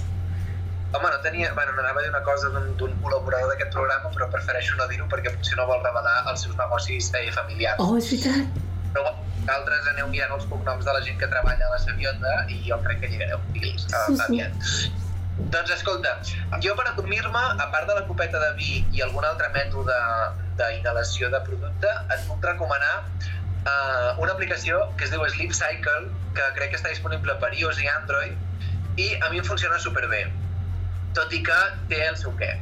Home, no tenia... Bueno, no anava a dir una cosa d'un d'un col·laborador d'aquest programa, però prefereixo no dir-ho perquè potser no vol revelar els seus negocis eh, familiars. Oh, és veritat. Però bueno, vosaltres aneu mirant els cognoms de la gent que treballa a la Savionda i jo crec que lligareu fils a- Sí, sí. aviat. Doncs escolta, jo per adormir-me, a part de la copeta de vi i algun altre mètode d'inhalació de producte, et puc recomanar uh, una aplicació que es diu Sleep Cycle, que crec que està disponible per iOS i Android, i a mi em funciona superbé, tot i que té el seu què.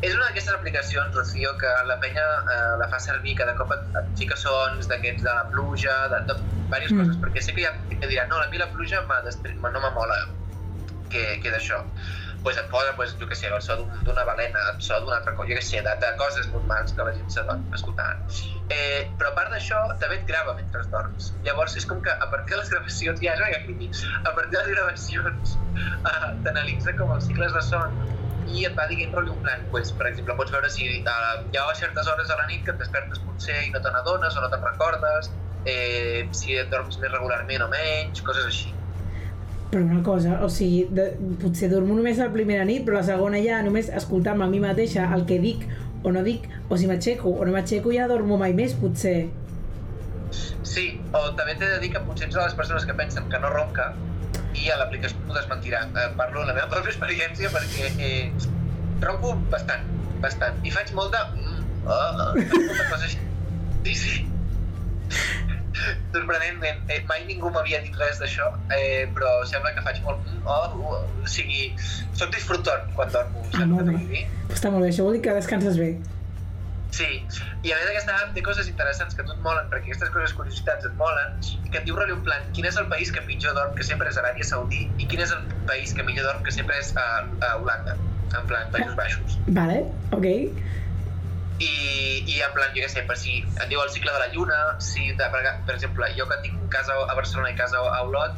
És una d'aquestes aplicacions, Rocío, que la penya eh, la fa servir cada cop et, et fica sons d'aquests de la pluja, de tot, diverses Mm. mm. coses, perquè sé que hi ha gent que dirà no, a mi la pluja m'ha destri- no me mola, que, que d'això. Pues et posa, pues, jo què sé, el so d'un- d'una balena, el so d'una altra cosa, jo què sé, de, de coses normals que la gent s'adona escoltant. Eh, però a part d'això, també et grava mentre dorms. Llavors és com que a partir de les gravacions, ja és una mica creepy, a partir de les gravacions eh, t'analitza com els cicles de son i et va dient rotllo en plan, pues, per exemple, pots veure si eh, hi ha certes hores a la nit que et despertes potser i no te n'adones o no te'n recordes, eh, si et dorms més regularment o menys, coses així. Però una cosa, o sigui, de, potser dormo només la primera nit, però la segona ja només escoltant-me a mi mateixa el que dic o no dic, o si m'aixeco o no m'aixeco ja dormo mai més, potser. Sí, o també t'he de dir que potser ets de les persones que pensen que no ronca i a l'aplicació t'ho desmentirà. Eh, parlo de la meva pròpia experiència perquè eh, ronco bastant, bastant. I faig molt de... Mm, ah, ah, molta cosa així. Sí, sí. Sorprenentment, eh, mai ningú m'havia dit res d'això, eh, però sembla que faig molt... Mm, oh, oh, o sigui, soc disfrutant quan dormo, Ah, saps molt què bé. t'he de dir? Però està molt bé, això vol dir que descanses bé. Sí, i a més aquesta app té coses interessants que a tu et molen, perquè aquestes coses, curiositats, et molen, i que et diu rotllo en plan, quin és el país que pitjor dorm, que sempre és Aràbia Saudí, i quin és el país que millor dorm, que sempre és a, a Holanda, en plan, Països Baixos. Vale, ok. I, i en plan, jo què sé, per si et diu el cicle de la lluna, si, de, per, per exemple, jo que tinc casa a Barcelona i casa a Olot,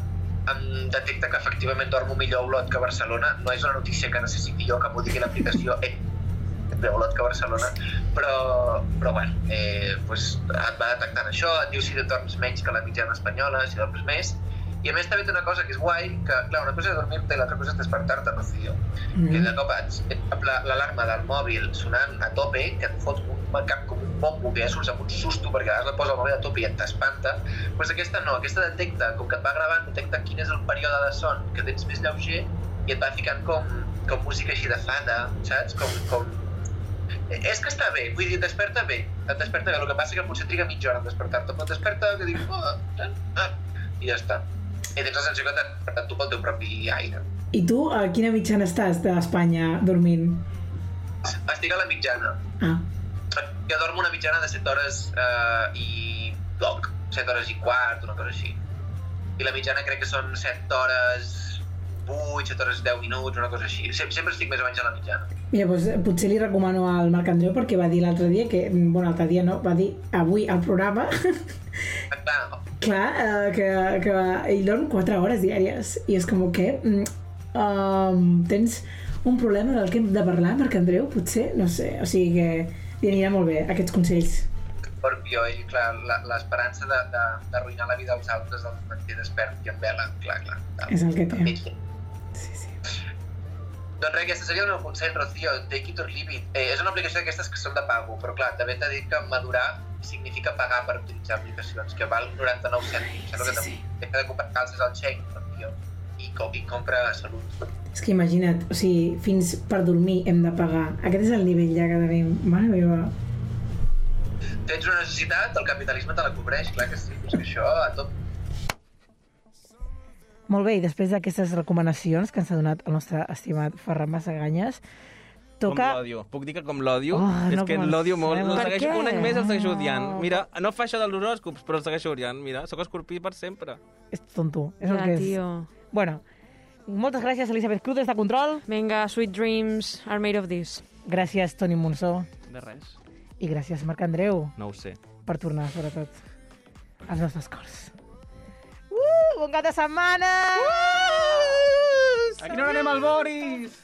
em detecta que efectivament dormo millor a Olot que a Barcelona. No és una notícia que necessiti jo que m'ho digui l'aplicació eh, de Olot que a Barcelona, però, però bueno, eh, pues, et va detectant això, et diu si dorms menys que la mitjana espanyola, si dorms més, i a més també té una cosa que és guai, que clar, una cosa és dormir-te i l'altra cosa és despertar-te, Rocío que de Mm. cop et, et- la- l'alarma del mòbil sonant a tope, que et fot un cap com un bombo, que ja surts amb un susto perquè a vegades la posa el mòbil a tope i et t'espanta, doncs aquesta no, aquesta detecta, com que et va gravant, detecta quin és el període de son que tens més lleuger i et va ficant com com música així de fada, saps? Com, com... Eh, És que està bé, vull dir, et desperta bé, et desperta bé, el que passa que potser triga mitja hora en despertar-te, però et desperta que dius, oh, ah, i ja està. I tens la sensació que t'has despertat tu pel teu propi aire. I tu, a quina mitjana estàs d'Espanya dormint? Estic a la mitjana. Ah. Jo dormo una mitjana de 7 hores eh, i bloc, 7 hores i quart, una cosa així. I la mitjana crec que són 7 hores 8, 7 hores 10 minuts, una cosa així. Sempre, sempre estic més o menys a la mitjana. Mira, doncs, potser li recomano al Marc Andreu perquè va dir l'altre dia que, mm, bueno, l'altre dia no, va dir avui al programa (laughs) clar, eh, que, que ell dorm 4 hores diàries i és com que mm, um, tens un problema del que hem de parlar, Marc Andreu, potser, no sé, o sigui que li anirà molt bé aquests consells. Escorpió, ell, eh, clar, la- l'esperança de- de- d'arruïnar la vida als altres el manté despert i en vela, clar, clar. clar. És el que té. Doncs res, aquesta seria el meu consell, Rocío, Take It or Leave It. Eh, és una aplicació d'aquestes que són de pago, però clar, també t'he dit que madurar significa pagar per utilitzar aplicacions, que val 99 cèntims. Sembla que sí. t'he de comprar calces al Shein, Rocío, i, co i compra salut. És que imagina't, o sigui, fins per dormir hem de pagar. Aquest és el nivell ja que tenim. Mare meva. Tens una necessitat, el capitalisme te la cobreix, clar que sí, és que això a tot Molt bé, i després d'aquestes recomanacions que ens ha donat el nostre estimat Ferran Massaganyes, Toca... toca... Com l'odio. Puc dir que com l'odio? Oh, és no que comencem. l'odio molt. El Per segueixo què? un any més el segueixo odiant. Mira, no fa això dels horòscops, però el segueixo odiant. Mira, sóc escorpí per sempre. És tonto. És Ja, el que és. tio. Bueno, moltes gràcies, Elisabet Cruz, des de Control. Vinga, Sweet Dreams are made of this. Gràcies, Toni Monsó. De res. I gràcies, Marc Andreu, No ho sé. per tornar, sobretot, als nostres cors. Uh, bon cap de setmana! Uh! Aquí no anem al Boris!